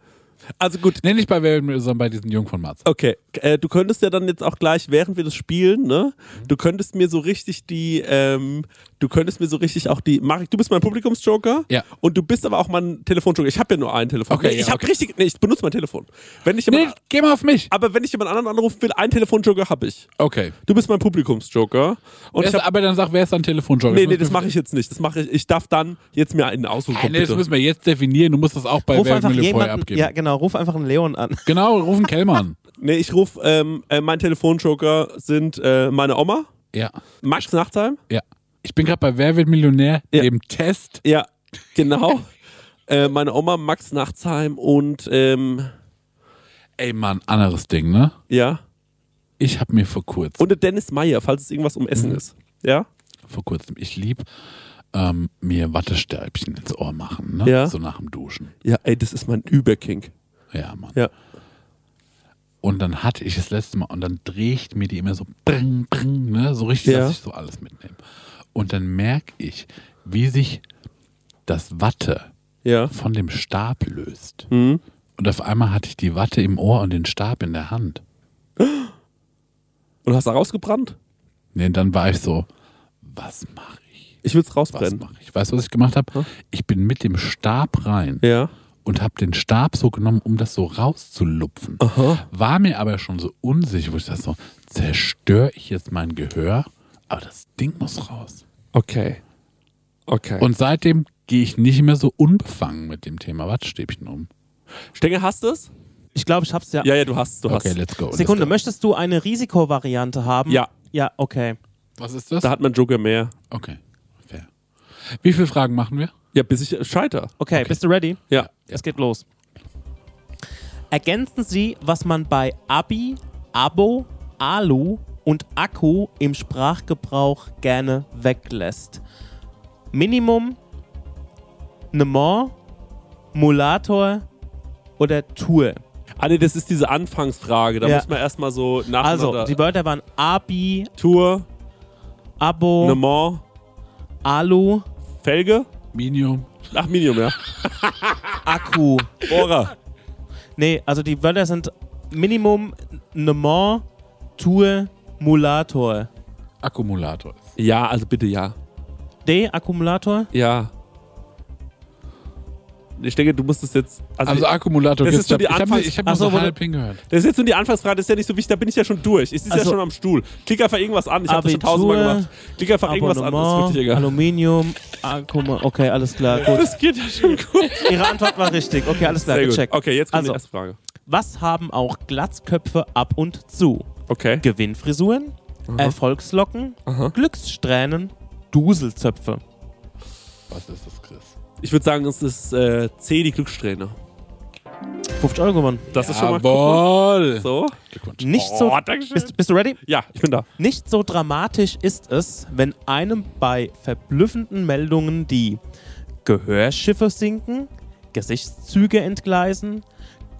Speaker 5: Also gut,
Speaker 3: Nee, nicht bei Wer wird Millionär, sondern bei diesen Jungen von Mars.
Speaker 2: Okay, äh, du könntest ja dann jetzt auch gleich, während wir das spielen, ne,
Speaker 3: Mhm.
Speaker 2: du könntest mir so richtig die, ähm, du könntest mir so richtig auch die, Marek, du bist mein Publikumsjoker
Speaker 3: Ja.
Speaker 2: und du bist aber auch mein Telefonjoker. Ich habe ja nur ein Telefon.
Speaker 3: Okay,
Speaker 2: nee,
Speaker 3: ja,
Speaker 2: ich habe
Speaker 3: okay.
Speaker 2: richtig, nee, ich benutze mein Telefon. Wenn ich
Speaker 3: Nee,
Speaker 2: jemand,
Speaker 3: geh mal auf mich.
Speaker 2: aber wenn ich jemand anderen anrufen will, ein Telefonjoker habe ich.
Speaker 3: Okay.
Speaker 2: Du bist mein Publikumsjoker und
Speaker 3: Wer
Speaker 2: ich
Speaker 3: ist,
Speaker 2: habe,
Speaker 3: aber dann sag, wer ist dein Telefonjogger?
Speaker 2: nee, nee, das mache ich jetzt nicht. Das mache ich. Ich darf dann jetzt mir einen aussuchen.
Speaker 3: Nee, das müssen wir jetzt definieren. Du musst das auch bei
Speaker 1: Ruf
Speaker 3: Wer wird
Speaker 1: einfach
Speaker 3: Millionär vorher
Speaker 1: jemanden,
Speaker 3: abgeben.
Speaker 1: ja genau, ruf einfach einen Leon an.
Speaker 3: Genau, rufen Kellmann. an.
Speaker 2: Nee, ich rufe, ähm, äh, mein Telefonjoker sind äh, meine Oma,
Speaker 3: Ja.
Speaker 2: Max Nachtheim.
Speaker 3: Ja. Ich bin gerade bei Wer wird Millionär, dem Test.
Speaker 2: Ja, genau. äh, meine Oma, Max Nachtsheim und ähm,
Speaker 3: Ey, Mann, anderes Ding, ne?
Speaker 2: ja.
Speaker 3: Ich habe mir vor kurzem,
Speaker 2: Und der Dennis Meyer, falls es irgendwas um Essen ist. Ja?
Speaker 3: vor kurzem, ich lieb ähm, mir Wattestäbchen ins Ohr machen, ne?
Speaker 2: Ja.
Speaker 3: So nach dem Duschen.
Speaker 2: Ja, ey, das ist mein Überking.
Speaker 3: Ja, Mann.
Speaker 2: Ja.
Speaker 3: Und dann hatte ich das letzte Mal und dann drehe ich mir die immer so bring, bring, ne? so richtig,
Speaker 2: Ja.
Speaker 3: dass ich so alles mitnehme. Und dann merke ich, wie sich das Watte
Speaker 2: Ja. Mhm.
Speaker 3: von dem Stab löst.
Speaker 2: Hm.
Speaker 3: Und auf einmal hatte ich die Watte im Ohr und den Stab in der Hand.
Speaker 2: Und hast da rausgebrannt?
Speaker 3: Nee, dann war ich so, was mache ich?
Speaker 2: Ich will's
Speaker 3: Was
Speaker 2: rausbrennen.
Speaker 3: mache ich? Weißt du, was ich gemacht habe? Ich bin mit dem Stab rein.
Speaker 2: Hm? Ja.
Speaker 3: und habe den Stab so genommen, um das so rauszulupfen. War mir aber schon so unsicher, wo ich dachte so, zerstöre ich jetzt mein Gehör? Aber das Ding muss raus.
Speaker 2: Okay. Okay. Und
Speaker 3: Und seitdem gehe ich nicht mehr so unbefangen mit dem Thema Wattstäbchen um.
Speaker 2: Stenge, hast du es?
Speaker 1: Ich glaube, ich hab's ja.
Speaker 2: Ja, ja, du hast du
Speaker 3: Okay,
Speaker 2: hast.
Speaker 3: let's go. let's
Speaker 1: Sekunde,
Speaker 3: go.
Speaker 1: möchtest du eine Risikovariante haben?
Speaker 2: Ja.
Speaker 1: Ja, okay.
Speaker 3: Was ist das?
Speaker 2: Da hat man Joker mehr.
Speaker 3: Okay, fair. Wie viele Fragen machen wir?
Speaker 2: Ja, bis ich äh, scheiter.
Speaker 1: Okay, bist du ready?
Speaker 2: Ja.
Speaker 1: Es geht los. Ergänzen Sie, was man bei Abi, Abo, Alu und Akku im Sprachgebrauch gerne weglässt. Minimum, Nemo, Mulator oder Tour.
Speaker 2: Ah, nee, das ist diese Anfangsfrage. Da
Speaker 1: Ja.
Speaker 2: muss man erstmal so nach
Speaker 1: Also, die Wörter waren Abi,
Speaker 2: Tour,
Speaker 1: Abo,
Speaker 2: Le Mans,
Speaker 1: Alu,
Speaker 2: Felge.
Speaker 3: Minium.
Speaker 2: Ach, Medium, ja.
Speaker 1: Akku.
Speaker 2: Bohrer.
Speaker 1: Nee, also die Wörter sind Minimum, Nemo, Tour, Mulator.
Speaker 3: Akkumulator.
Speaker 2: Ja, also bitte ja.
Speaker 1: D, Akkumulator.
Speaker 2: Ja. Ich denke, du musst es jetzt. Also,
Speaker 3: Also Akkumulator.
Speaker 2: Das
Speaker 3: gibt's
Speaker 2: ist so
Speaker 3: da-
Speaker 2: die
Speaker 3: ich habe
Speaker 2: Anfangs-
Speaker 3: ich hab nur
Speaker 1: Ach so,
Speaker 3: so
Speaker 1: wo du-
Speaker 3: halb hingehört.
Speaker 2: das ist jetzt nur die Anfangsfrage, das ist ja nicht so wichtig, da bin ich ja schon durch. Ich sitze ja
Speaker 1: Also-
Speaker 2: schon am Stuhl. Klick einfach irgendwas an, ich habe das schon
Speaker 1: Abitur,
Speaker 2: tausendmal gemacht. Klick einfach irgendwas an, das ist
Speaker 1: Abonnement,
Speaker 2: wirklich egal.
Speaker 1: Aluminium, Akkumulator. Okay, alles klar, gut.
Speaker 2: Das geht ja schon gut.
Speaker 1: Ihre Antwort war richtig. Okay, alles klar,
Speaker 2: Sehr gut.
Speaker 1: gecheckt.
Speaker 2: Okay, jetzt kommt
Speaker 1: Also-
Speaker 2: die erste Frage.
Speaker 1: Was haben auch Glatzköpfe ab und zu?
Speaker 2: Okay.
Speaker 1: Gewinnfrisuren, Erfolgslocken, Glückssträhnen, Duselzöpfe.
Speaker 3: Was ist das, Chris?
Speaker 2: Ich würde sagen, es ist äh, C, die Glückssträhne.
Speaker 1: 50 Euro gewonnen.
Speaker 2: Das ist schon mal cool.
Speaker 3: Jawohl.
Speaker 2: So.
Speaker 3: Glückwunsch.
Speaker 1: Nicht so.
Speaker 2: Oh, Dankeschön.
Speaker 1: bist, bist du ready?
Speaker 2: Ja, ich bin da.
Speaker 1: Nicht so dramatisch ist es, wenn einem bei verblüffenden Meldungen die Gehörschiffe sinken, Gesichtszüge entgleisen,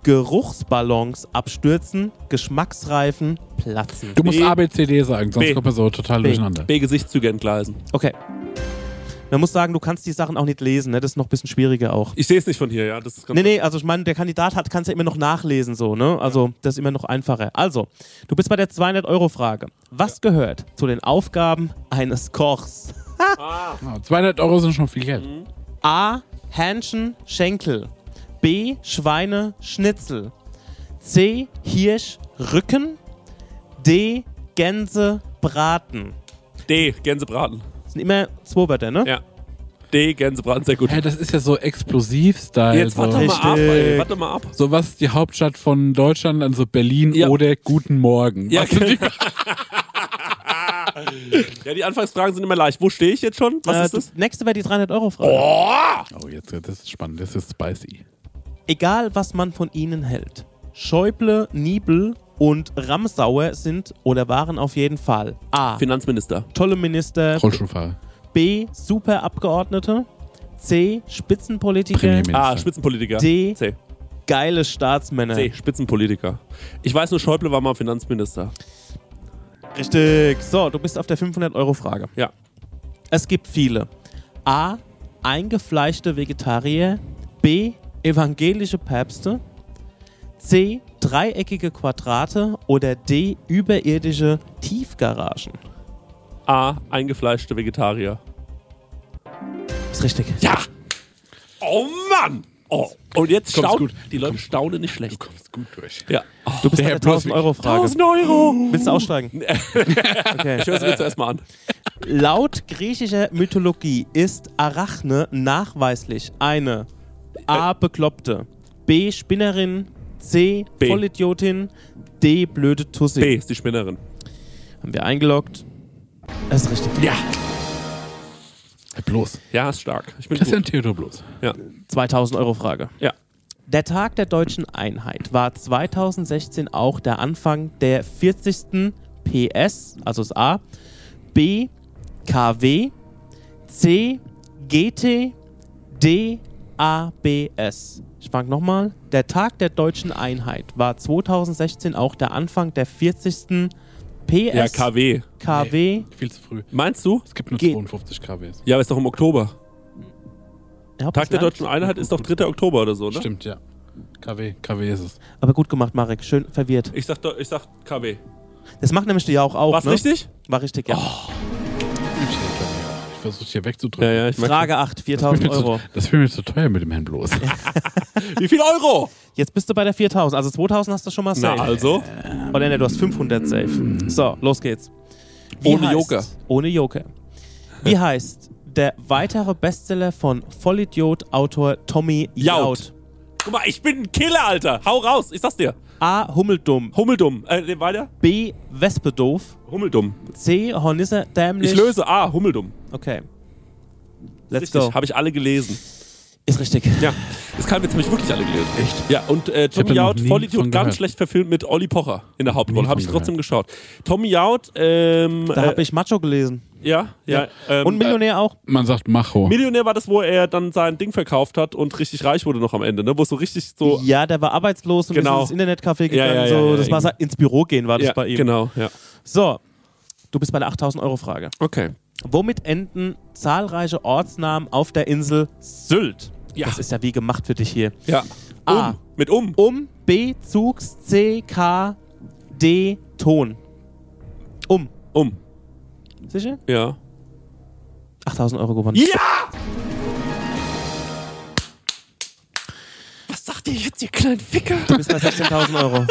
Speaker 1: Geruchsballons abstürzen, Geschmacksreifen platzen.
Speaker 3: Du musst
Speaker 2: B.
Speaker 3: ABCD sagen, sonst
Speaker 2: B.
Speaker 3: kommt man so total
Speaker 1: B.
Speaker 3: durcheinander.
Speaker 2: B-Gesichtszüge entgleisen.
Speaker 1: Okay. Man muss sagen, du kannst die Sachen auch nicht lesen, ne? Das ist noch ein bisschen schwieriger auch.
Speaker 2: Ich sehe es nicht von hier, ja. Das ist ganz
Speaker 1: Nee, nee, also ich meine, der Kandidat hat, kannst ja immer noch nachlesen, so, ne? Also, das ist immer noch einfacher. Also, du bist bei der 200-Euro-Frage. Was gehört zu den Aufgaben eines Kochs?
Speaker 3: Ja, 200 Genau, Euro sind schon viel Geld.
Speaker 2: Mhm.
Speaker 1: A. Hähnchen, Schenkel. B. Schweine, Schnitzel. C. Hirsch, Rücken. D. Gänse, Braten.
Speaker 2: D, Gänsebraten.
Speaker 1: Das sind immer zwei Wörter, ne?
Speaker 2: Ja. D, Gänsebraten, sehr gut.
Speaker 3: Hä, das ist ja so Explosiv-Style.
Speaker 2: Jetzt warte
Speaker 3: so.
Speaker 2: mal ab, ey. Warte mal ab.
Speaker 3: so was ist die Hauptstadt von Deutschland, also Berlin
Speaker 2: Ja.
Speaker 3: oder Guten Morgen.
Speaker 2: Ja, genau.
Speaker 3: Weißt du, die-
Speaker 2: Ja, die Anfangsfragen sind immer leicht. Wo stehe ich jetzt schon? Was
Speaker 1: Äh,
Speaker 2: ist das?
Speaker 1: du- Nächste wäre die 300-Euro-Frage.
Speaker 3: oh, jetzt, das ist spannend, das ist spicy.
Speaker 1: Egal, was man von ihnen hält. Schäuble, Niebel und Ramsauer sind oder waren auf jeden Fall A.
Speaker 2: Finanzminister.
Speaker 1: Tolle Minister.
Speaker 3: Rollstuhlfahrer,
Speaker 1: B. Superabgeordnete. C. Spitzenpolitiker.
Speaker 3: Premierminister.
Speaker 2: Ah, Spitzenpolitiker.
Speaker 1: D.
Speaker 2: C.
Speaker 1: Geile Staatsmänner.
Speaker 2: C. Spitzenpolitiker. Ich weiß nur, Schäuble war mal Finanzminister.
Speaker 1: Richtig. So, du bist auf der 500-Euro-Frage.
Speaker 2: Ja.
Speaker 1: Es gibt viele. A. Eingefleischte Vegetarier. B. Evangelische Päpste. C. Dreieckige Quadrate oder D. Überirdische Tiefgaragen.
Speaker 2: A. Eingefleischte Vegetarier.
Speaker 1: Ist richtig.
Speaker 2: Ja! Oh Mann! Oh, und jetzt
Speaker 3: Kommst
Speaker 2: staunen.
Speaker 3: gut.
Speaker 2: Die Leute staunen nicht schlecht.
Speaker 3: kommst gut durch.
Speaker 2: Ja.
Speaker 1: Du bist
Speaker 3: Der
Speaker 1: bei
Speaker 3: Herr
Speaker 1: der 1000 Euro Frage.
Speaker 2: 1000 Euro!
Speaker 1: Willst du aussteigen? Okay.
Speaker 2: Ich höre es mir zuerst mal an.
Speaker 1: Laut griechischer Mythologie ist Arachne nachweislich eine A.
Speaker 2: Äh.
Speaker 1: Bekloppte, B. Spinnerin, C.
Speaker 2: B.
Speaker 1: Vollidiotin, D. Blöde Tussi.
Speaker 2: B ist die Spinnerin.
Speaker 1: Haben wir eingeloggt. Das ist richtig.
Speaker 2: Ja.
Speaker 3: Bloß.
Speaker 2: Ja, ist stark. Ich bin
Speaker 3: Christian
Speaker 2: gut.
Speaker 3: Theodor Bloß.
Speaker 2: Ja.
Speaker 1: 2000 Euro Frage.
Speaker 2: ja.
Speaker 1: Der Tag der deutschen Einheit war 2016 auch der Anfang der 40. PS, also das A, B, KW, C, GT, D, ABS. Ich fang nochmal. Der Tag der deutschen Einheit war 2016 auch der Anfang der 40. PS,
Speaker 2: Ja, KW.
Speaker 1: KW,
Speaker 3: Viel zu früh.
Speaker 2: Meinst du?
Speaker 3: Es gibt nur
Speaker 1: Geht.
Speaker 3: 52 kWs.
Speaker 2: Ja, aber ist doch im Oktober.
Speaker 1: Ja,
Speaker 2: Tag der
Speaker 1: bislang.
Speaker 2: Deutschen Einheit ist doch 3. Oktober oder so, ne?
Speaker 3: Stimmt, ja. KW, KW ist es.
Speaker 1: Aber gut gemacht, Marek. Schön verwirrt.
Speaker 2: Ich sag, doch- ich sag KW.
Speaker 1: Das macht nämlich die ja auch auf.
Speaker 2: War's
Speaker 1: ne?
Speaker 2: richtig?
Speaker 1: War richtig, ja.
Speaker 3: Ich versuche hier wegzudrücken.
Speaker 2: Ja, ja, ich merk.
Speaker 1: Frage 8, 4000 Euro.
Speaker 3: Das wäre mir zu teuer mit dem Herrn Bloß.
Speaker 2: Wie viel Euro?
Speaker 1: Jetzt bist du bei der 4000. Also 2000 hast du schon mal
Speaker 2: Na,
Speaker 1: safe.
Speaker 2: also. Mhm.
Speaker 1: Oder ne, du hast 500 safe. So, los geht's.
Speaker 2: Ohne Joker.
Speaker 1: Ohne Joker. Wie heißt der weitere Bestseller von Vollidiot-Autor Tommy
Speaker 2: Jaud.
Speaker 1: Jaud?
Speaker 2: Guck mal, ich bin ein Killer, Alter. Hau raus, ich sag's dir.
Speaker 1: A. Hummeldumm.
Speaker 2: Hummeldumm. Äh, nee, weiter.
Speaker 1: B. Wespedoof.
Speaker 2: Hummeldumm.
Speaker 1: C. Hornisse dämlich.
Speaker 2: Ich löse A, Hummeldumm.
Speaker 1: Okay. Let's
Speaker 2: richtig,
Speaker 1: go.
Speaker 2: habe ich alle gelesen.
Speaker 1: Ist richtig.
Speaker 2: Ja, das kann jetzt nämlich wirklich alle gelesen. Echt? Ja, und äh,
Speaker 3: hab da
Speaker 2: Tommy
Speaker 3: noch
Speaker 2: Jaud,
Speaker 3: nie
Speaker 2: Vollidiot,
Speaker 3: von
Speaker 2: ganz
Speaker 3: gehört.
Speaker 2: schlecht verfilmt mit Olli Pocher in der Hauptrolle.
Speaker 3: Nie
Speaker 2: Habe ich
Speaker 3: von
Speaker 2: trotzdem geschaut. Tommy Jaud, ähm.
Speaker 1: Da
Speaker 2: äh,
Speaker 1: habe ich Macho gelesen.
Speaker 2: Ja, ja. Ähm,
Speaker 1: Und Millionär auch.
Speaker 3: Man sagt Macho.
Speaker 2: Millionär war das, wo er dann sein Ding verkauft hat und richtig reich wurde noch am Ende, ne? Wo es so richtig so.
Speaker 1: Ja, der war arbeitslos und
Speaker 2: Genau.
Speaker 1: ist ins Internetcafé
Speaker 2: Ja,
Speaker 1: gegangen.
Speaker 2: ja, ja,
Speaker 1: so,
Speaker 2: ja,
Speaker 1: das war
Speaker 2: irgendwie.
Speaker 1: sein- ins Büro gehen, war das
Speaker 2: Ja,
Speaker 1: bei ihm.
Speaker 2: genau, ja.
Speaker 1: So, du bist bei der 8000-Euro-Frage.
Speaker 2: Okay.
Speaker 1: Womit enden zahlreiche Ortsnamen auf der Insel Sylt?
Speaker 2: Ja.
Speaker 1: Das ist ja wie gemacht für dich hier.
Speaker 2: Ja. Um.
Speaker 1: A.
Speaker 2: Mit um.
Speaker 1: Um, B, Zugs, C, K, D, Ton. Um.
Speaker 2: Um.
Speaker 1: Sicher?
Speaker 2: Ja.
Speaker 1: 8000 Euro gewonnen.
Speaker 2: Ja! Was sagt ihr jetzt, ihr kleinen Ficker?
Speaker 1: Du bist bei 16.000 Euro.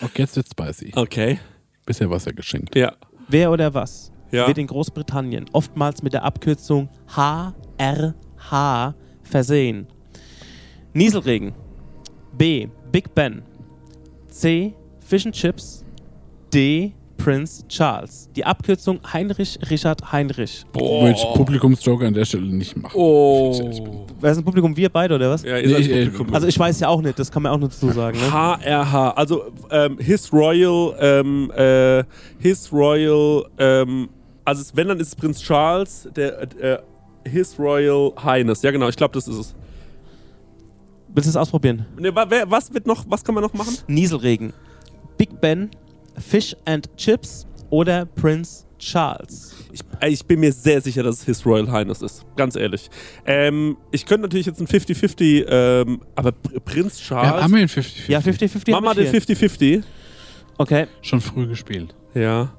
Speaker 3: Okay, jetzt wird's spicy.
Speaker 2: Okay.
Speaker 3: Bisher war es ja geschenkt.
Speaker 2: Ja.
Speaker 1: Wer oder was
Speaker 2: Ja.
Speaker 1: wird in Großbritannien oftmals mit der Abkürzung HRH versehen? Nieselregen. B. Big Ben. C. Fish and Chips. D. Prince Charles. Die Abkürzung Heinrich Richard Heinrich.
Speaker 3: Boah. Würde ich Publikumsjoker an der Stelle nicht machen.
Speaker 2: Oh. äh,
Speaker 1: Wer ist im Publikum? Wir beide, oder was?
Speaker 2: Ja, ihr
Speaker 3: Nee,
Speaker 2: seid Publikum.
Speaker 1: Also ich weiß ja auch nicht, das kann man auch nur dazu sagen. Ne?
Speaker 2: HRH, also ähm, His Royal, ähm, äh, His Royal, ähm, also es- wenn, dann ist es Prinz Charles, der, äh, His Royal Highness. Ja genau, ich glaube, das ist es.
Speaker 1: Willst du es ausprobieren?
Speaker 2: Ne, wa- wer, was wird noch, was kann man noch machen?
Speaker 1: Nieselregen. Big Ben, Fish and Chips oder Prince Charles.
Speaker 2: Ich, äh, ich bin mir sehr sicher, dass es His Royal Highness ist, ganz ehrlich. Ähm, ich könnte natürlich jetzt ein 50-50, ähm, aber Pr- Prinz
Speaker 3: Wir haben
Speaker 2: Charles,
Speaker 3: wir in 50,
Speaker 1: Ja, 50-50.
Speaker 2: Mama
Speaker 1: hab ich
Speaker 2: den
Speaker 1: hier.
Speaker 2: 50-50.
Speaker 1: Okay.
Speaker 3: schon früh gespielt.
Speaker 2: Ja,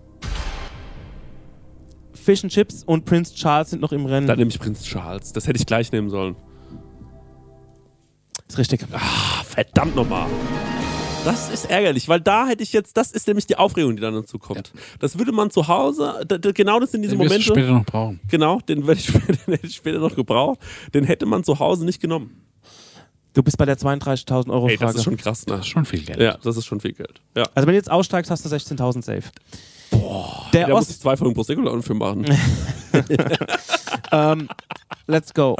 Speaker 1: Fish and Chips und Prince Charles sind noch im Rennen.
Speaker 2: dann nehme ich Prinz Charles, das hätte ich gleich nehmen sollen.
Speaker 1: ist richtig.
Speaker 2: Ah, verdammt nochmal. Das ist ärgerlich, weil da hätte ich jetzt, das ist nämlich die Aufregung, die dann dazu kommt. Das würde man zu Hause, da, da, genau das sind diese
Speaker 3: Den wirst
Speaker 2: Momente,
Speaker 3: du später noch brauchen.
Speaker 2: genau, den, werde ich später, den hätte ich später noch gebraucht, den hätte man zu Hause nicht genommen.
Speaker 1: Du bist bei der 32.000 Euro
Speaker 2: Ey, das
Speaker 1: Frage.
Speaker 2: ist schon krass, ne?
Speaker 3: Das ist schon viel Geld.
Speaker 2: Ja, das ist schon viel Geld. Ja.
Speaker 1: also wenn du jetzt aussteigst, hast du 16.000 safe. Der
Speaker 2: Da muss ich
Speaker 1: Ost,
Speaker 2: zwei Folgen Prosecco für machen.
Speaker 1: ähm, let's go.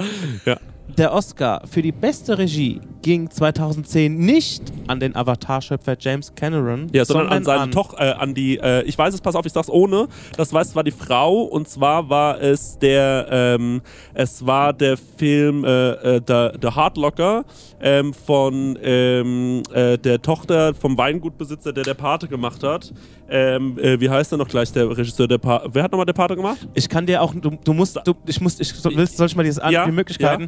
Speaker 2: ja.
Speaker 1: Der Oscar für die beste Regie ging 2010 nicht an den Avatar-Schöpfer James Cameron,
Speaker 2: ja, sondern an seine Tochter, äh, an die, äh, ich weiß es, pass auf, ich sag's ohne, das weiß, es war die Frau und zwar war es der, ähm, es war der Film äh, äh, The, The Hard Locker ähm, von ähm, äh, der Tochter vom Weingutbesitzer, der der Pate gemacht hat. Ähm, äh, wie heißt er noch gleich, der Regisseur der Pate? Wer hat nochmal der Pate gemacht?
Speaker 1: Ich kann dir auch, du, du musst, du, ich muss, ich, so, willst, soll ich mal dieses an,
Speaker 2: Ja,
Speaker 1: die Möglichkeiten?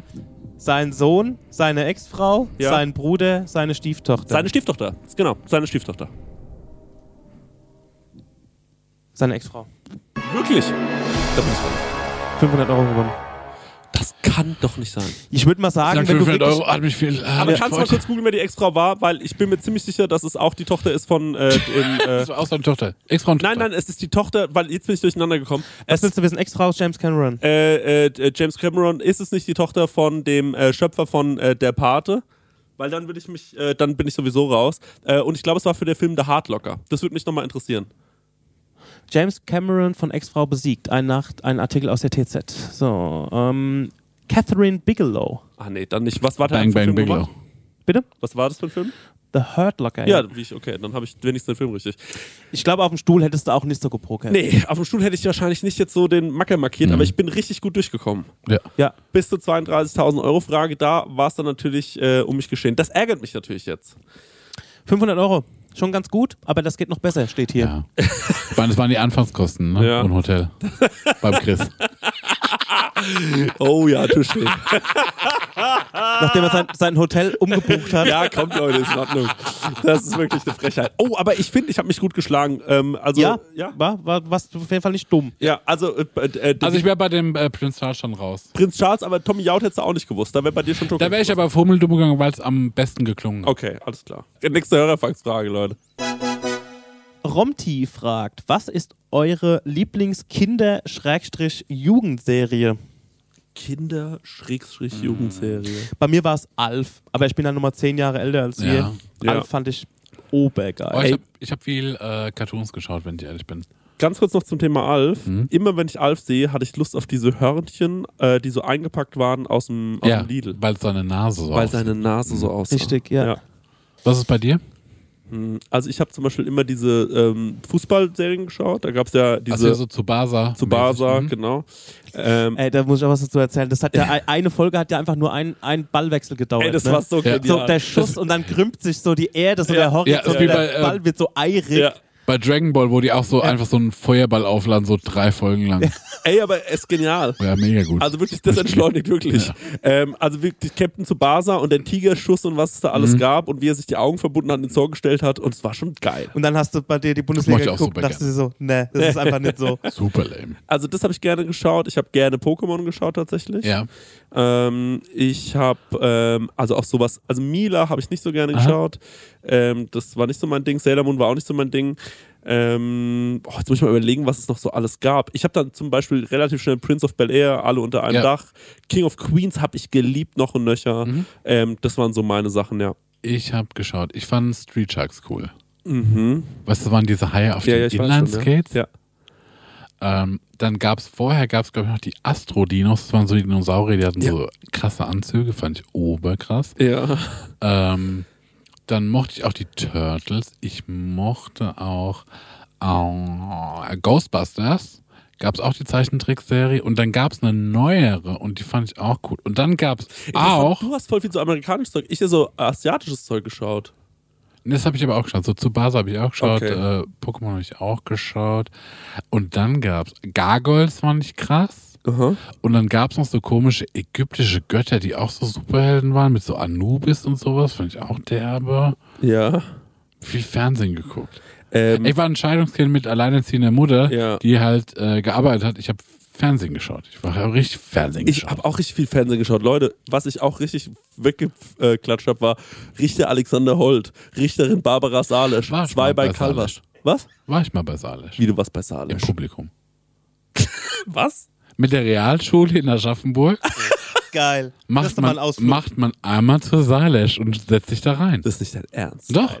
Speaker 1: sein Sohn, seine Ex-Frau,
Speaker 2: Ja.
Speaker 1: sein Bruder, seine Stieftochter.
Speaker 2: Seine Stieftochter. Genau, seine Stieftochter.
Speaker 1: seine Ex-Frau.
Speaker 2: Wirklich?
Speaker 1: 500 Euro gewonnen.
Speaker 2: Das kann doch nicht sein.
Speaker 1: Ich würde mal sagen,
Speaker 3: Sag
Speaker 1: wenn du
Speaker 3: 500
Speaker 1: wirklich,
Speaker 3: Euro, hat mich viel. äh,
Speaker 2: Aber kannst du mal kurz googeln, wer die Ex-Frau war? Weil ich bin mir ziemlich sicher, dass es auch die Tochter ist von. Äh, dem, äh,
Speaker 3: Das war auch seine Tochter. Ex-Frau und
Speaker 2: nein,
Speaker 3: Tochter.
Speaker 2: nein, es ist die Tochter, weil jetzt bin ich durcheinander gekommen.
Speaker 1: was
Speaker 2: Es ist,
Speaker 1: willst du wissen? Ex-Frau ist James Cameron.
Speaker 2: äh, äh, James Cameron, ist es nicht die Tochter von dem äh, Schöpfer von äh, Der Pate? Weil dann würde ich mich, äh, dann bin ich sowieso raus. Äh, und ich glaube, es war für den Film The Hard Locker. Das würde mich nochmal interessieren.
Speaker 1: James Cameron von Ex-Frau besiegt. Ein, Nacht, ein Artikel aus der TZ. So, ähm, Catherine Bigelow.
Speaker 2: Ah nee, dann nicht. Was war der
Speaker 3: Bang,
Speaker 2: für ein
Speaker 3: bang,
Speaker 2: Film
Speaker 3: Bigelow.
Speaker 2: gemacht?
Speaker 1: Bitte?
Speaker 2: Was war das für ein Film?
Speaker 1: The Hurt Locker.
Speaker 2: Ja, wie ich, okay, dann habe ich wenigstens den Film richtig.
Speaker 1: Ich glaube, auf dem Stuhl hättest du auch nicht so gepokert.
Speaker 2: Nee, auf dem Stuhl hätte ich wahrscheinlich nicht jetzt so den Macker
Speaker 3: Mhm.
Speaker 2: markiert, aber ich bin richtig gut durchgekommen.
Speaker 3: Ja.
Speaker 1: Ja.
Speaker 2: Bis zur 32.000 Euro Frage, da war es dann natürlich äh, um mich geschehen. Das ärgert mich natürlich jetzt.
Speaker 1: 500 Euro. Schon ganz gut, aber das geht noch besser, steht hier.
Speaker 3: ja. Ich meine, das waren die Anfangskosten, ne?
Speaker 2: Ja.
Speaker 3: Und Hotel. Beim Chris.
Speaker 2: Oh ja, Tischchen.
Speaker 1: Nachdem er sein, sein Hotel umgebucht hat.
Speaker 2: ja, kommt Leute, ist in Ordnung. Das ist wirklich eine Frechheit. Oh, aber ich finde, ich habe mich gut geschlagen. Ähm, also,
Speaker 1: ja,
Speaker 2: ja.
Speaker 1: War, war, warst du auf jeden Fall nicht dumm.
Speaker 2: Ja, also, äh, äh,
Speaker 3: Also
Speaker 2: also
Speaker 3: ich wäre bei dem äh, Prinz Charles schon raus.
Speaker 2: Prinz Charles, aber Tommy Jaut hättest du auch nicht gewusst. Da wäre bei dir schon
Speaker 3: Da wäre ich aber auf Hummel dumm gegangen, weil es am besten geklungen hat.
Speaker 2: Okay, alles klar. Nächste Hörerfangsfrage, Leute.
Speaker 1: Romti fragt, was ist eure Lieblings-Kinder-Jugendserie?
Speaker 2: Kinder-Jugendserie.
Speaker 1: Bei mir war es Alf, aber ich bin dann nochmal zehn Jahre älter als
Speaker 3: Ja.
Speaker 1: ihr.
Speaker 2: Ja.
Speaker 1: Alf fand ich
Speaker 3: Oh,
Speaker 1: obergeil.
Speaker 3: ich habe ich hab viel äh, Cartoons geschaut, wenn ich ehrlich bin.
Speaker 2: Ganz kurz noch zum Thema Alf.
Speaker 3: Mhm.
Speaker 2: Immer wenn ich Alf sehe, hatte ich Lust auf diese Hörnchen, äh, die so eingepackt waren aus dem, aus
Speaker 3: ja,
Speaker 2: dem Lidl.
Speaker 3: weil seine Nase so
Speaker 2: Weil
Speaker 3: aussieht.
Speaker 2: seine Nase so aussah.
Speaker 1: Richtig, ja.
Speaker 3: Was ist bei dir?
Speaker 2: Also ich habe zum Beispiel immer diese ähm, Fußballserien geschaut. Da gab es ja
Speaker 3: Also
Speaker 2: diese
Speaker 3: ja so mhm. zu Basa.
Speaker 2: Tsubasa,
Speaker 3: mäßig,
Speaker 2: genau. Ähm,
Speaker 1: Ey, da muss ich auch was dazu erzählen. Das hat ja ein- eine Folge hat ja einfach nur ein, ein Ballwechsel gedauert.
Speaker 2: ey, das
Speaker 1: ne?
Speaker 2: war so
Speaker 3: Ja.
Speaker 2: genial.
Speaker 1: so der Schuss und dann krümmt sich so die Erde, so
Speaker 2: Ja.
Speaker 1: der Horizont,
Speaker 3: Ja, ist wie
Speaker 1: der
Speaker 3: bei, äh,
Speaker 1: Ball wird so eirig.
Speaker 2: ja.
Speaker 3: hm? Bei Dragon Ball, wo die auch so einfach so einen Feuerball aufladen, so drei Folgen lang.
Speaker 2: Ey, aber es ist genial.
Speaker 3: Ja, mega gut.
Speaker 2: Also wirklich, das entschleunigt wirklich.
Speaker 3: Ja.
Speaker 2: Ähm, also wirklich Captain zu Basa und der Tigerschuss und was es da
Speaker 3: Mhm.
Speaker 2: alles gab und wie er sich die Augen verbunden hat und ins Tor gestellt hat und es war schon geil.
Speaker 1: Und dann hast du bei dir die
Speaker 3: mach ich
Speaker 1: Bundesliga
Speaker 3: auch
Speaker 1: geguckt und
Speaker 3: super
Speaker 1: dachtest dir so, ne, das ist einfach nicht so.
Speaker 3: Super lame.
Speaker 2: Also das habe ich gerne geschaut. Ich habe gerne Pokémon geschaut tatsächlich.
Speaker 3: Ja.
Speaker 2: Ähm, ich habe ähm, also auch sowas, also Mila habe ich nicht so gerne
Speaker 3: Aha.
Speaker 2: geschaut. Ähm, das war nicht so mein Ding. Sailor Moon war auch nicht so mein Ding. Ähm, oh, jetzt muss ich mal überlegen, was es noch so alles gab. Ich habe dann zum Beispiel relativ schnell Prince of Bel Air, alle unter einem
Speaker 3: Ja.
Speaker 2: Dach. King of Queens habe ich geliebt, noch und nöcher.
Speaker 3: Mhm.
Speaker 2: Ähm, das waren so meine Sachen, ja.
Speaker 3: Ich habe geschaut. Ich fand Street Sharks cool.
Speaker 2: Mhm.
Speaker 3: Weißt du, das waren diese Haie auf
Speaker 2: Ja, ja,
Speaker 3: den
Speaker 2: ich
Speaker 3: Inline
Speaker 2: weiß schon. Ja.
Speaker 3: Skates?
Speaker 2: Ja.
Speaker 3: Ähm, dann gab es vorher, gab es glaube ich noch die Astro-Dinos. Das waren so die Dinosaurier, die hatten
Speaker 2: Ja.
Speaker 3: so krasse Anzüge, fand ich oberkrass.
Speaker 2: ja.
Speaker 3: Ähm, dann mochte ich auch die Turtles. Ich mochte auch äh, Ghostbusters. Gab es auch die Zeichentrickserie. Und dann gab es eine neuere und die fand ich auch gut. Und dann gab es Ah, auch,
Speaker 2: Ah, Du hast voll viel so amerikanisches Zeug. Ich habe so asiatisches Zeug geschaut.
Speaker 3: das habe ich aber auch geschaut, so zu Basa habe ich auch geschaut,
Speaker 2: Okay.
Speaker 3: äh, Pokémon habe ich auch geschaut. Und dann gab es Gargoyles, fand ich krass. Und dann gab es noch so komische ägyptische Götter, die auch so Superhelden waren, mit so Anubis und sowas, fand ich auch derbe.
Speaker 2: Ja.
Speaker 3: Viel Fernsehen geguckt.
Speaker 2: Ähm,
Speaker 3: Ich war ein Scheidungskind mit alleinerziehender Mutter,
Speaker 2: Ja.
Speaker 3: die halt äh, gearbeitet hat. Ich habe Fernsehen geschaut. Ich war richtig Fernsehen
Speaker 2: Ich
Speaker 3: geschaut.
Speaker 2: habe auch richtig viel Fernsehen geschaut. Leute, was ich auch richtig weggeklatscht habe, war Richter Alexander Holt, Richterin Barbara Salisch,
Speaker 3: War schon
Speaker 2: zwei
Speaker 3: mal
Speaker 2: bei
Speaker 3: bei
Speaker 2: Kalvas. Was?
Speaker 3: war ich mal bei Salisch.
Speaker 2: Wie du warst bei
Speaker 3: Im
Speaker 2: Salisch.
Speaker 3: Publikum.
Speaker 2: Was?
Speaker 3: Mit der Realschule in Aschaffenburg
Speaker 1: Geil. Das ist
Speaker 3: macht
Speaker 1: doch mal
Speaker 3: man,
Speaker 1: ein Ausflug.
Speaker 3: macht man einmal zur Salisch und setzt sich da rein.
Speaker 2: Das ist nicht dein Ernst.
Speaker 3: Doch.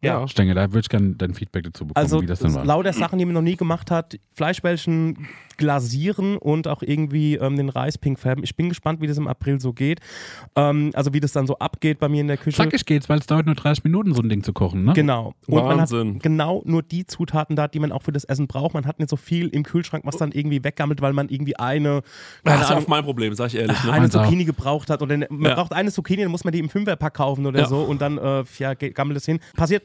Speaker 4: Ja.
Speaker 3: Stenge, da würde ich gerne dein Feedback dazu bekommen,
Speaker 4: Also
Speaker 3: wie das denn war.
Speaker 4: lauter Sachen, die man noch nie gemacht hat. Fleischbällchen glasieren und auch irgendwie ähm, den Reis pink färben. Ich bin gespannt, wie das im April so geht. Ähm, also wie das dann so abgeht bei mir in der Küche.
Speaker 3: Zackig geht's, weil es dauert nur 30 Minuten, so ein Ding zu kochen, ne?
Speaker 4: Genau. Und man
Speaker 2: Wahnsinn.
Speaker 4: hat genau nur die Zutaten da, die man auch für das Essen braucht. Man hat nicht so viel im Kühlschrank, was dann irgendwie weggammelt, weil man irgendwie eine, keine
Speaker 2: Das ist
Speaker 4: Ahnung,
Speaker 2: auch mein Problem, sag ich ehrlich. Ne?
Speaker 4: eine
Speaker 3: Meins auch.
Speaker 4: Zucchini gebraucht hat. Oder ne- man
Speaker 2: Ja.
Speaker 4: braucht eine Zucchini, dann muss man die im Fünferpack kaufen oder
Speaker 2: Ja.
Speaker 4: so und dann äh, ja, ge- gammelt es hin. Passiert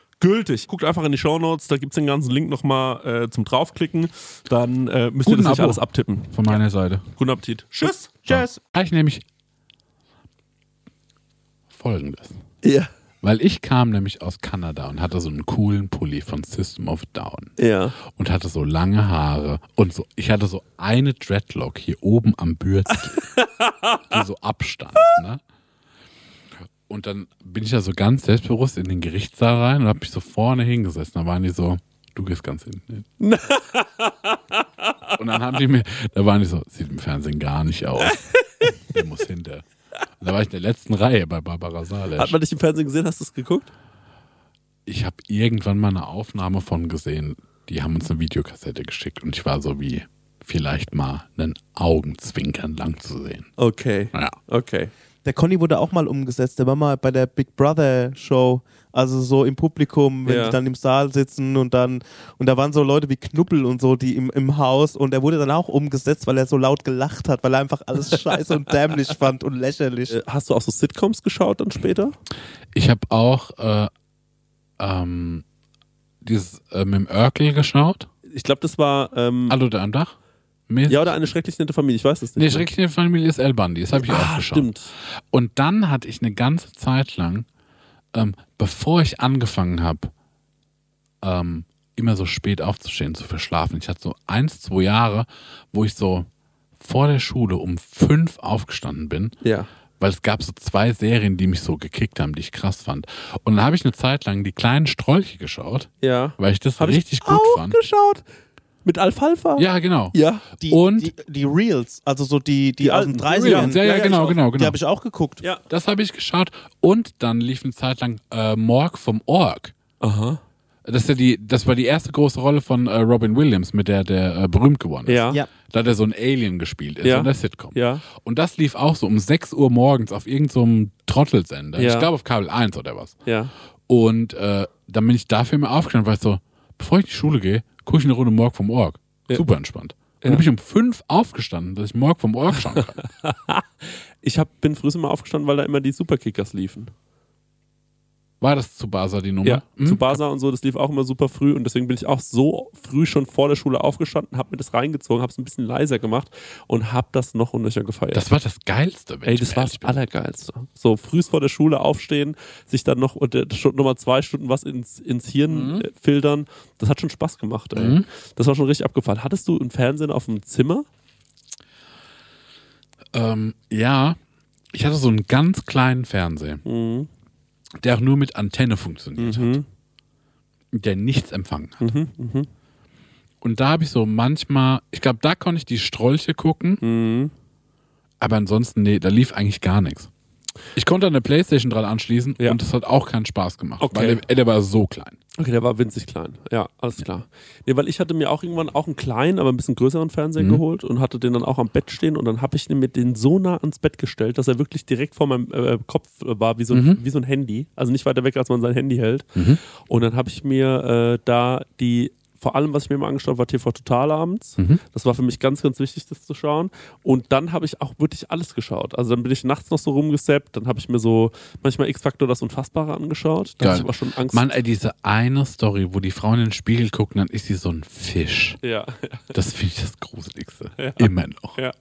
Speaker 2: gültig. Guckt einfach in die Shownotes, da gibt's den ganzen Link nochmal äh, zum draufklicken. Dann äh, müsst ihr
Speaker 3: Guten
Speaker 2: das nicht
Speaker 3: Abo.
Speaker 2: alles abtippen.
Speaker 3: Von meiner Seite.
Speaker 2: Guten Appetit. Tschüss.
Speaker 4: Tschüss.
Speaker 3: Ah, Ich nämlich folgendes.
Speaker 2: Ja.
Speaker 3: Weil ich kam nämlich aus Kanada und hatte so einen coolen Pulli von System of Down
Speaker 2: Ja.
Speaker 3: und hatte so lange Haare und so, ich hatte so eine Dreadlock hier oben am Bürzel, die so abstand, ne? Und dann bin ich ja so ganz selbstbewusst in den Gerichtssaal rein und habe mich so vorne hingesessen. Da waren die so, du gehst ganz hinten hin. und dann haben die mir, da waren die so, sieht im Fernsehen gar nicht aus. Der muss hinter. Und da war ich in der letzten Reihe bei Barbara Salesch.
Speaker 2: Hat man dich im Fernsehen gesehen? Hast du es geguckt?
Speaker 3: ich habe irgendwann mal eine Aufnahme von gesehen, die haben uns eine Videokassette geschickt und ich war so wie vielleicht mal einen Augenzwinkern lang zu sehen.
Speaker 2: Okay.
Speaker 3: Ja.
Speaker 2: Okay.
Speaker 1: Der Conny wurde auch mal umgesetzt. Der war mal bei der Big Brother Show. Also so im Publikum, wenn
Speaker 2: Ja.
Speaker 1: die dann im Saal sitzen und dann. Und da waren so Leute wie Knubbel und so, die im, im Haus. Und er wurde dann auch umgesetzt, weil er so laut gelacht hat, weil er einfach alles scheiße und dämlich fand und lächerlich.
Speaker 2: Äh, Hast du auch so Sitcoms geschaut dann später?
Speaker 3: Ich habe auch äh, ähm, dieses äh, mit dem Örkel geschaut.
Speaker 2: Ich glaube, das war. Ähm,
Speaker 3: Hallo da am Dach. Mir
Speaker 2: ja, oder eine schrecklich nette Familie. Ich weiß es nicht.
Speaker 3: Ah, Nee, schrecklich in der Familie ist El Bundy, das habe ich auch
Speaker 2: Ah,
Speaker 3: geschaut.
Speaker 2: stimmt.
Speaker 3: Und dann hatte ich eine ganze Zeit lang, ähm, bevor ich angefangen habe, ähm, immer so spät aufzustehen, zu verschlafen. Ich hatte so eins, zwei Jahre, wo ich so vor der Schule um fünf aufgestanden bin,
Speaker 2: Ja.
Speaker 3: weil es gab so zwei Serien, die mich so gekickt haben, die ich krass fand. Und dann habe ich eine Zeit lang die kleinen Strolche geschaut,
Speaker 2: Ja.
Speaker 3: weil ich das
Speaker 2: Hab ich
Speaker 3: richtig gut fand.
Speaker 2: geschaut. Mit Alfalfa?
Speaker 3: Ja, genau.
Speaker 2: Ja.
Speaker 1: Die,
Speaker 3: Und-
Speaker 1: die, die Reels, also so die, die,
Speaker 2: Die
Speaker 1: aus den
Speaker 2: alten
Speaker 1: 30ern.
Speaker 2: Reels,
Speaker 3: Ja, ja, genau, genau,
Speaker 1: Die
Speaker 3: genau.
Speaker 1: habe ich auch geguckt.
Speaker 2: Ja.
Speaker 3: Das habe ich geschaut. Und dann lief eine Zeit lang äh, Morg vom Org.
Speaker 2: Aha.
Speaker 3: Das, ist ja die, das war die erste große Rolle von äh, Robin Williams, mit der der äh, berühmt geworden ist.
Speaker 2: Ja.
Speaker 1: Ja.
Speaker 3: Da hat er so ein Alien gespielt in
Speaker 2: Ja.
Speaker 3: so einer Sitcom.
Speaker 2: Ja.
Speaker 3: Und das lief auch so um 6 Uhr morgens auf irgendeinem so Trottelsender.
Speaker 2: Ja.
Speaker 3: Ich glaube auf Kabel 1 oder was.
Speaker 2: Ja.
Speaker 3: Und äh, dann bin ich dafür immer aufgestanden, weil ich so, bevor ich in die Schule gehe, gucke ich eine Runde Morg vom Org. Super entspannt. Und dann bin ich um 5 aufgestanden, dass ich Morg vom Org schauen kann.
Speaker 2: Ich hab, bin früh immer aufgestanden, weil da immer die Superkickers liefen.
Speaker 3: War das zu Basa die Nummer?
Speaker 2: Ja, mhm.
Speaker 3: Hm?
Speaker 2: zu Basa und so, das lief auch immer super früh und deswegen bin ich auch so früh schon vor der Schule aufgestanden, hab mir das reingezogen, hab's ein bisschen leiser gemacht und hab das noch und nöcher gefeiert.
Speaker 3: Das war das Geilste. wenn
Speaker 2: Ey,
Speaker 3: ich
Speaker 2: das war
Speaker 3: ehrlich
Speaker 2: das Allergeilste. So früh vor der Schule aufstehen, sich dann noch und, äh, schon nochmal zwei Stunden was ins, ins Hirn äh, filtern, das hat schon Spaß gemacht, ey. Das war schon richtig abgefahren. Hattest du einen Fernsehen auf dem Zimmer?
Speaker 3: Ähm, ja, ich hatte so einen ganz kleinen Fernseher, der auch nur mit Antenne funktioniert hat. Der nichts empfangen hat. Und da habe ich so manchmal, ich glaube, da konnte ich die Strolche gucken. Aber ansonsten, nee, da lief eigentlich gar nichts. Ich konnte an der Playstation dran anschließen
Speaker 2: Ja.
Speaker 3: und das hat auch keinen Spaß gemacht.
Speaker 2: Okay.
Speaker 3: Weil der, ey, der war so klein.
Speaker 2: Okay, der war winzig klein. Ja, alles klar. Nee, weil ich hatte mir auch irgendwann auch einen kleinen, aber ein bisschen größeren Fernseher geholt und hatte den dann auch am Bett stehen und dann habe ich den mit den so nah ans Bett gestellt, dass er wirklich direkt vor meinem äh, Kopf war, wie so, ein, wie so ein Handy. Also nicht weiter weg, als man sein Handy hält. Und dann habe ich mir äh, da die vor allem, was ich mir immer angeschaut habe, war TV Total abends. Das war für mich ganz, ganz wichtig, das zu schauen. Und dann habe ich auch wirklich alles geschaut. Also dann bin ich nachts noch so rumgesappt, dann habe ich mir so manchmal X-Factor das Unfassbare angeschaut. Da
Speaker 3: Geil.
Speaker 2: habe ich aber schon Angst.
Speaker 3: Mann, ey, diese eine Story, wo die Frauen in den Spiegel gucken, dann ist sie so ein Fisch.
Speaker 2: ja,
Speaker 3: Das finde ich das Gruseligste. Immer noch.
Speaker 2: Ja.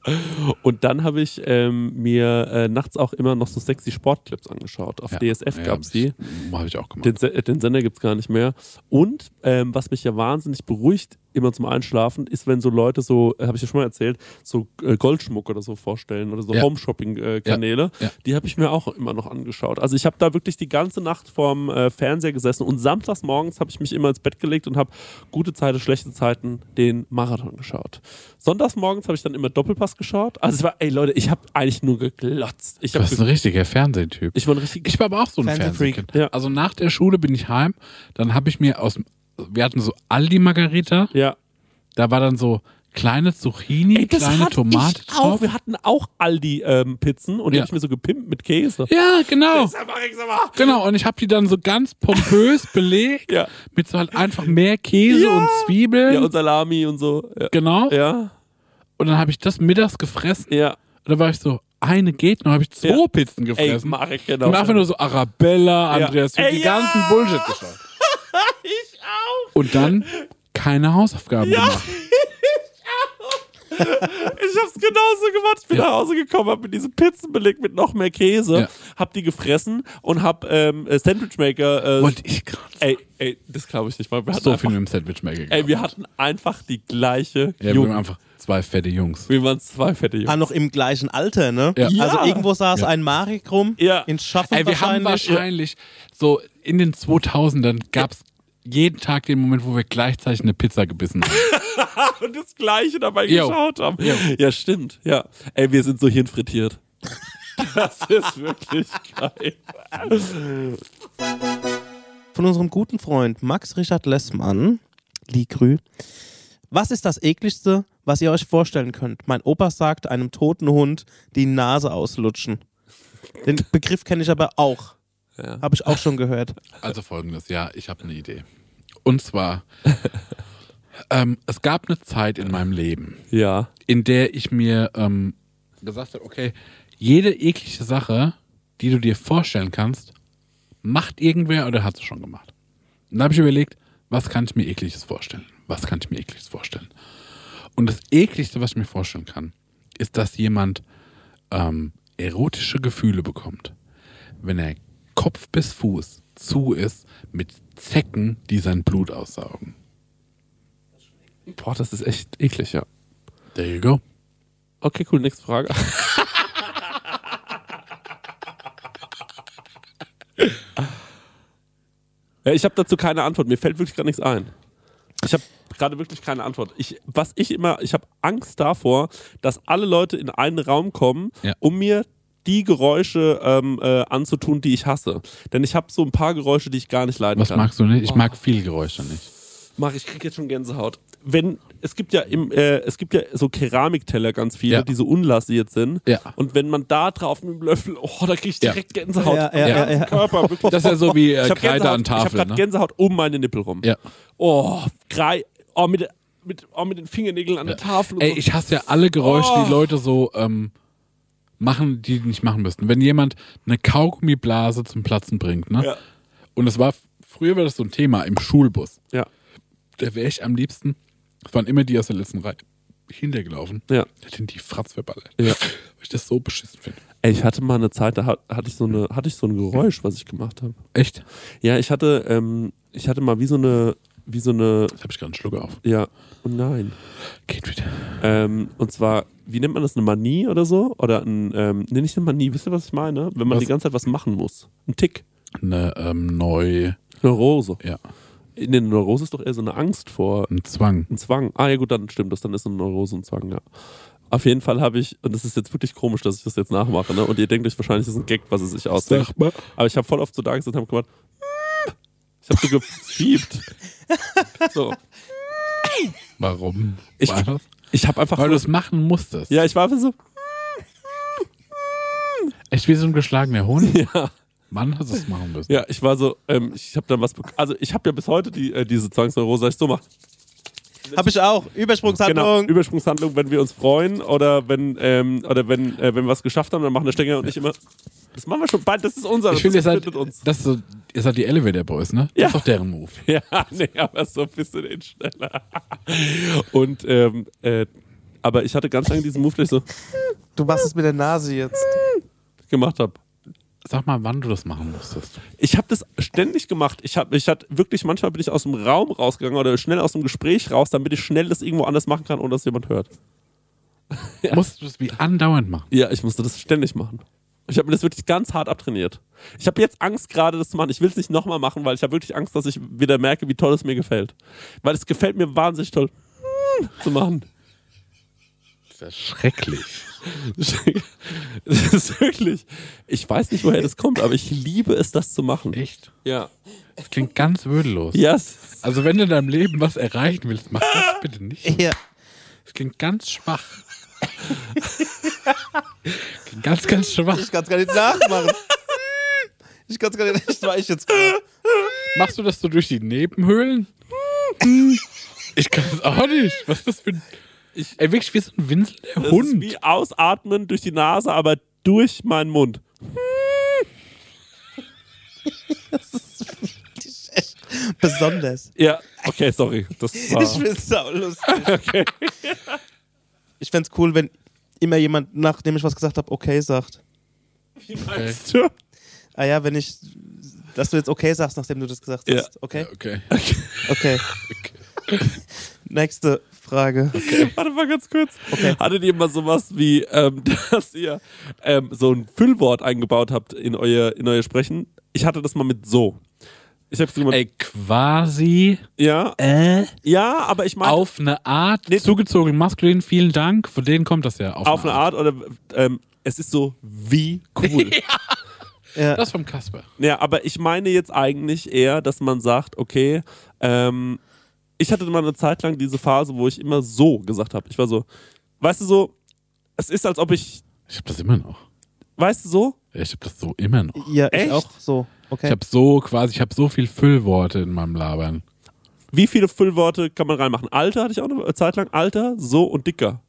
Speaker 2: Und dann habe ich ähm, mir äh, nachts auch immer noch so sexy Sportclips angeschaut. Auf DSF
Speaker 3: ja,
Speaker 2: gab es
Speaker 3: hab
Speaker 2: die.
Speaker 3: ich- hm, Hab ich auch gemacht.
Speaker 2: Den, Se äh, den Sender gibt es gar nicht mehr. Und ähm, was mich ja wahnsinnig beruhigt, immer zum Einschlafen, ist, wenn so Leute so, äh, habe ich ja schon mal erzählt, so äh, Goldschmuck oder so vorstellen oder so
Speaker 3: Ja.
Speaker 2: Home-Shopping-Kanäle.
Speaker 3: Ja, ja.
Speaker 2: Die habe ich mir auch immer noch angeschaut. Also ich habe da wirklich die ganze Nacht vorm äh, Fernseher gesessen und samstags morgens habe ich mich immer ins Bett gelegt und habe gute Zeiten, schlechte Zeiten den Marathon geschaut. Sonntags morgens habe ich dann immer Doppelpass geschaut. Also es war, ey Leute, ich habe eigentlich nur geglotzt. Ich,
Speaker 3: Du
Speaker 2: hab
Speaker 3: bist ein
Speaker 2: ge
Speaker 3: richtiger Fernsehtyp.
Speaker 2: ich war ein richtig
Speaker 3: Ich war aber auch so ein
Speaker 1: Fernsehfreak.
Speaker 3: Fernsehkind.
Speaker 2: Ja.
Speaker 3: Also nach der Schule bin ich heim, dann habe ich mir aus dem- wir hatten so Aldi Margarita,
Speaker 2: ja,
Speaker 3: da war dann so kleine Zucchini,
Speaker 2: Ey, das
Speaker 3: kleine
Speaker 2: hatte
Speaker 3: Tomate
Speaker 2: ich auch.
Speaker 3: drauf.
Speaker 2: Wir hatten auch Aldi-Pizzen und die
Speaker 3: Ja.
Speaker 2: hab ich mir so gepimpt mit Käse.
Speaker 3: Ja, genau.
Speaker 2: Sag mal, Rick, sag mal.
Speaker 3: Genau, und ich habe die dann so ganz pompös belegt
Speaker 2: Ja.
Speaker 3: mit so halt einfach mehr Käse
Speaker 2: Ja.
Speaker 3: und Zwiebeln.
Speaker 2: Ja, und Salami und so. Ja,
Speaker 3: genau.
Speaker 2: ja.
Speaker 3: Und dann habe ich das mittags gefressen.
Speaker 2: ja.
Speaker 3: Und da war ich so, eine geht noch, habe ich zwei
Speaker 2: Ja.
Speaker 3: Pizzen
Speaker 2: Ey,
Speaker 3: gefressen.
Speaker 2: Marek, genau.
Speaker 3: und einfach nur so Arabella,
Speaker 2: Ja.
Speaker 3: Andreas, Hüb,
Speaker 2: Ey,
Speaker 3: die
Speaker 2: ja.
Speaker 3: ganzen Bullshit geschaut.
Speaker 2: ich auch.
Speaker 3: Und dann keine Hausaufgaben gemacht.
Speaker 2: Ich hab's genauso gemacht. Ich bin
Speaker 3: Ja.
Speaker 2: nach Hause gekommen, hab mir diese Pizzen belegt mit noch mehr Käse,
Speaker 3: Ja.
Speaker 2: hab die gefressen und hab ähm, äh, Sandwichmaker. Äh,
Speaker 3: Wollte ich gerade
Speaker 2: ey, ey, das glaube ich nicht, weil wir hatten,
Speaker 3: so
Speaker 2: einfach,
Speaker 3: viel mit dem Sandwichmaker
Speaker 2: ey, wir
Speaker 3: gearbeitet.
Speaker 2: hatten einfach die gleiche
Speaker 3: ja, wir waren
Speaker 2: Jugend.
Speaker 3: einfach zwei fette Jungs.
Speaker 2: Wir waren zwei fette Jungs.
Speaker 1: Ah, noch im gleichen Alter, ne?
Speaker 3: Ja.
Speaker 1: Also
Speaker 2: Ja.
Speaker 1: irgendwo saß
Speaker 3: Ja.
Speaker 1: ein Marek rum
Speaker 2: Ja.
Speaker 1: in Schaffen
Speaker 3: Ey, wir haben wahrscheinlich so in den 2000ern gab es jeden Tag den Moment, wo wir gleichzeitig eine Pizza gebissen haben.
Speaker 2: und das Gleiche dabei
Speaker 3: Jo.
Speaker 2: geschaut haben.
Speaker 3: Jo.
Speaker 2: Ja, stimmt. Ja. Ey, wir sind so hirnfrittiert. Das ist wirklich geil.
Speaker 1: Von unserem guten Freund Max Richard Lessmann, Ligrü. Was ist das ekligste, was ihr euch vorstellen könnt? Mein Opa sagt einem toten Hund die Nase auslutschen. Den Begriff kenne ich aber auch. Habe ich auch schon gehört.
Speaker 3: Also folgendes, ja, ich habe eine Idee. Und zwar, ähm, es gab eine Zeit in meinem Leben,
Speaker 2: Ja.
Speaker 3: in der ich mir ähm, gesagt habe, okay, jede eklige Sache, die du dir vorstellen kannst, macht irgendwer oder hat es schon gemacht. Und da habe ich überlegt, was kann ich mir ekliges vorstellen? Was kann ich mir ekliges vorstellen? Und das ekligste, was ich mir vorstellen kann, ist, dass jemand ähm, erotische Gefühle bekommt, wenn er Kopf bis Fuß zu ist mit Zecken, die sein Blut aussaugen.
Speaker 2: Boah, das ist echt eklig, ja.
Speaker 3: There you go.
Speaker 2: Okay, cool, nächste Frage. ja, ich habe dazu keine Antwort. Mir fällt wirklich gar nichts ein. Ich habe gerade wirklich keine Antwort. Ich, was ich immer, ich habe Angst davor, dass alle Leute in einen Raum kommen,
Speaker 3: Ja.
Speaker 2: um mir die Geräusche ähm, äh, anzutun, die ich hasse. Denn ich habe so ein paar Geräusche, die ich gar nicht leiden
Speaker 3: Was
Speaker 2: kann.
Speaker 3: magst du nicht? Ich mag viele Geräusche nicht.
Speaker 2: Mach, ich krieg jetzt schon Gänsehaut. Wenn, es gibt ja im, äh, es gibt ja so Keramikteller ganz viele,
Speaker 3: Ja.
Speaker 2: die so unlasiert sind.
Speaker 3: Ja.
Speaker 2: Und wenn man da drauf mit dem Löffel, oh, da krieg ich
Speaker 3: Ja.
Speaker 2: direkt Gänsehaut.
Speaker 1: Ja, ja,
Speaker 2: Am
Speaker 1: ja,
Speaker 2: ganzen
Speaker 1: ja.
Speaker 2: Körper, wirklich.
Speaker 3: Das ist ja so wie äh,
Speaker 2: Ich hab
Speaker 3: Kreide
Speaker 2: Gänsehaut,
Speaker 3: an
Speaker 2: Ich habe
Speaker 3: Tafel.
Speaker 2: gerade
Speaker 3: Ne?
Speaker 2: Gänsehaut um meine Nippel rum.
Speaker 3: Ja.
Speaker 2: Oh, Krei, oh, mit, mit, oh, mit den Fingernägeln an der Tafel. und
Speaker 3: Ey,
Speaker 2: so.
Speaker 3: ich hasse ja alle Geräusche,
Speaker 2: Oh.
Speaker 3: die Leute so ähm, machen, die die nicht machen müssten. Wenn jemand eine Kaugummiblase zum Platzen bringt, ne?
Speaker 2: Ja.
Speaker 3: Und das war, früher war das so ein Thema im Schulbus.
Speaker 2: Ja.
Speaker 3: Da wäre ich am liebsten, es waren immer die aus der letzten Reihe hintergelaufen.
Speaker 2: Ja.
Speaker 3: Hätten die Fratz verballert. Ja. Weil ich das so beschissen finde.
Speaker 2: Ey, ich hatte mal eine Zeit, da hat- hatte ich so, eine, hatte ich so ein Geräusch, was ich gemacht habe.
Speaker 3: Echt?
Speaker 2: Ja, ich hatte, ähm, ich hatte mal wie so eine, wie so eine,
Speaker 3: Jetzt habe ich gerade einen Schluck auf.
Speaker 2: ja, oh nein.
Speaker 3: Geht wieder.
Speaker 2: Ähm, und zwar, wie nennt man das, eine Manie oder so? Oder ein, ähm, nee, nicht eine Manie, wisst ihr, was ich meine? Wenn man
Speaker 3: Was?
Speaker 2: die ganze Zeit was machen muss. Ein Tick.
Speaker 3: Eine ähm, neue,
Speaker 2: Neurose.
Speaker 3: ja,
Speaker 2: Nee, eine Neurose ist doch eher so eine Angst vor
Speaker 3: ein Zwang.
Speaker 2: einem Zwang. Ah ja gut, dann stimmt das, dann ist eine Neurose ein Zwang, ja. Auf jeden Fall habe ich, und das ist jetzt wirklich komisch, dass ich das jetzt nachmache, ne? Und ihr denkt euch wahrscheinlich, das ist ein Gag, was es sich ausdenkt.
Speaker 3: mal.
Speaker 2: Aber ich habe voll oft so da gesessen und habe gemacht, "Mm." ich habe so gefiebt. so.
Speaker 3: Warum?
Speaker 2: Ich-
Speaker 3: war das?
Speaker 2: Ich habe einfach
Speaker 3: Weil du
Speaker 2: so,
Speaker 3: es machen musstest.
Speaker 2: ja, ich war einfach so,
Speaker 3: Echt wie so ein geschlagener Hund. Ja. Mann, hast du es machen müssen.
Speaker 2: Ja, ich war so, ähm, ich habe dann was bek- Also ich habe ja bis heute die, äh, diese Zwangsneurose, dass ich so mache.
Speaker 1: Hab ich auch.
Speaker 2: Genau,
Speaker 1: Übersprungshandlung.
Speaker 2: Übersprungshandlung, wenn wir uns freuen oder wenn, ähm, oder wenn, äh, wenn wir was geschafft haben, dann machen der Stenger und ich immer. Das machen wir schon bald, das ist unser,
Speaker 3: Ich finde, ihr
Speaker 2: Also das
Speaker 3: seid,
Speaker 2: verbindet uns.
Speaker 3: das ist so, ihr seid die Elevator Boys, ne? Das
Speaker 2: Ja.
Speaker 3: ist doch deren Move.
Speaker 2: Ja, nee, aber so ein bisschen in schneller. Und, ähm, äh, aber ich hatte ganz lange diesen Move, den ich so
Speaker 1: Du machst es mit der Nase jetzt.
Speaker 2: gemacht habe.
Speaker 3: Sag mal, wann du das machen musstest.
Speaker 2: Ich habe das ständig gemacht. Ich habe, ich hatte wirklich manchmal bin ich aus dem Raum rausgegangen oder schnell aus dem Gespräch raus, damit ich schnell das irgendwo anders machen kann, ohne dass jemand hört.
Speaker 3: Musstest du es wie andauernd machen.
Speaker 2: Ja, ich musste das ständig machen. Ich habe mir das wirklich ganz hart abtrainiert. Ich habe jetzt Angst gerade, das zu machen. Ich will es nicht nochmal machen, weil ich habe wirklich Angst, dass ich wieder merke, wie toll es mir gefällt. Weil es gefällt mir wahnsinnig toll mm, zu machen.
Speaker 3: Das ist schrecklich.
Speaker 2: Das ist wirklich. Ich weiß nicht, woher das kommt, aber ich liebe es, das zu machen.
Speaker 3: Echt?
Speaker 2: Ja.
Speaker 3: Das klingt ganz würdelos.
Speaker 2: Yes.
Speaker 3: Also, wenn du in deinem Leben was erreichen willst, mach das bitte nicht.
Speaker 1: Ja.
Speaker 3: Das klingt ganz schwach. klingt ganz, ganz schwach.
Speaker 1: Ich kann es gar nicht nachmachen. Ich kann es gar nicht. Ich weiß jetzt gerade.
Speaker 3: Machst du das so durch die Nebenhöhlen? Ich kann es auch nicht. Was ist das für ein. Ey, wirklich wie so ein winselnder
Speaker 2: Das Ist
Speaker 3: Hund.
Speaker 2: wie ausatmen durch die Nase, aber durch meinen Mund.
Speaker 1: Besonders.
Speaker 2: Ja. Okay, sorry. Das war.
Speaker 1: Ich find's saulustig. Ich find's cool, wenn immer jemand, nachdem ich was gesagt habe, okay sagt. Ah ja, wenn ich. Dass du jetzt okay sagst, nachdem du das gesagt
Speaker 2: Ja.
Speaker 1: hast. Okay?
Speaker 3: Okay.
Speaker 1: Okay. Nächste Frage.
Speaker 2: Warte mal ganz kurz. Hattet ihr mal sowas wie, ähm, dass ihr ähm, so ein Füllwort eingebaut habt in euer, in euer Sprechen? Ich hatte das mal mit so. Ich hab's gemacht.
Speaker 3: Ey, quasi.
Speaker 2: Ja,
Speaker 3: Äh?
Speaker 2: ja, aber ich meine auf,
Speaker 3: Auf eine Art. Zugezogen maskulin, vielen Dank. Von denen kommt das ja. Auf,
Speaker 2: eine Art oder ähm, es ist so wie cool.
Speaker 1: Ja.
Speaker 3: Das vom Kasper.
Speaker 2: ja, aber ich meine jetzt eigentlich eher, dass man sagt, okay, ähm, ich hatte mal eine Zeit lang diese Phase, wo ich immer so gesagt habe. Ich war so, weißt du so, es ist als ob ich,
Speaker 3: Ich hab das immer noch.
Speaker 2: weißt du so,
Speaker 3: Ich hab das so immer noch.
Speaker 1: Ja, ich
Speaker 2: Echt?
Speaker 1: auch so. Okay.
Speaker 3: Ich hab so quasi, ich hab so viel Füllworte in meinem Labern.
Speaker 2: Wie viele Füllworte kann man reinmachen? Alter hatte ich auch eine Zeit lang. Alter, so und dicker.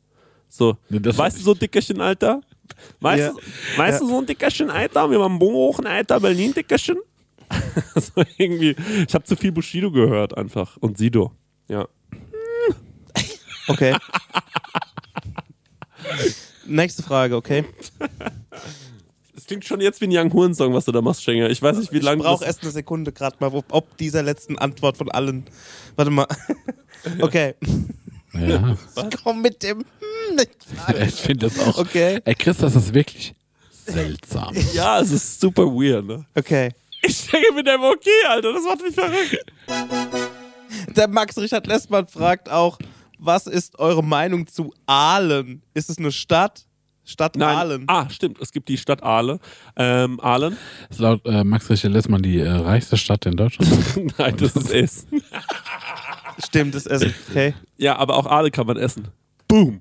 Speaker 2: So.
Speaker 3: Nee, das
Speaker 2: weißt
Speaker 3: hab
Speaker 2: du so Dickerchen, Alter? Weißt,
Speaker 1: Ja.
Speaker 2: du, weißt du so ein Dickerchen, Alter? Wir haben Bongo hoch, ein Alter, Berlin, Dickerchen. so irgendwie. Ich habe zu viel Bushido gehört einfach. Und Sido. Ja.
Speaker 1: Okay. Nächste Frage, okay.
Speaker 2: Es klingt schon jetzt wie ein Young Huren-Song, was du da machst, Schenger. Ich weiß nicht, wie
Speaker 1: Ich
Speaker 2: lange.
Speaker 1: brauche
Speaker 2: das-
Speaker 1: erst eine Sekunde gerade mal, wo- ob dieser letzten Antwort von allen. Warte mal. Okay.
Speaker 3: Ja.
Speaker 1: Komm mit dem. Hm,
Speaker 3: ich finde das auch.
Speaker 1: Okay.
Speaker 3: Ey, Chris, das ist wirklich seltsam.
Speaker 2: Ja, es ist super weird, ne?
Speaker 1: Okay.
Speaker 2: Ich stecke mit dem Okay, Alter. Das macht mich verrückt.
Speaker 1: Der Max Richard Lessmann fragt auch, was ist eure Meinung zu Aalen? Ist es eine Stadt? Stadt
Speaker 2: Nein.
Speaker 1: Aalen.
Speaker 2: Ah, stimmt. Es gibt die Stadt Aale. Ähm, Aalen.
Speaker 3: Das ist laut äh, Max Richard Lessmann die äh, reichste Stadt in Deutschland.
Speaker 2: Nein, das ist Essen.
Speaker 1: Stimmt, das Essen. Okay.
Speaker 2: Ja, aber auch Aale kann man essen. Boom.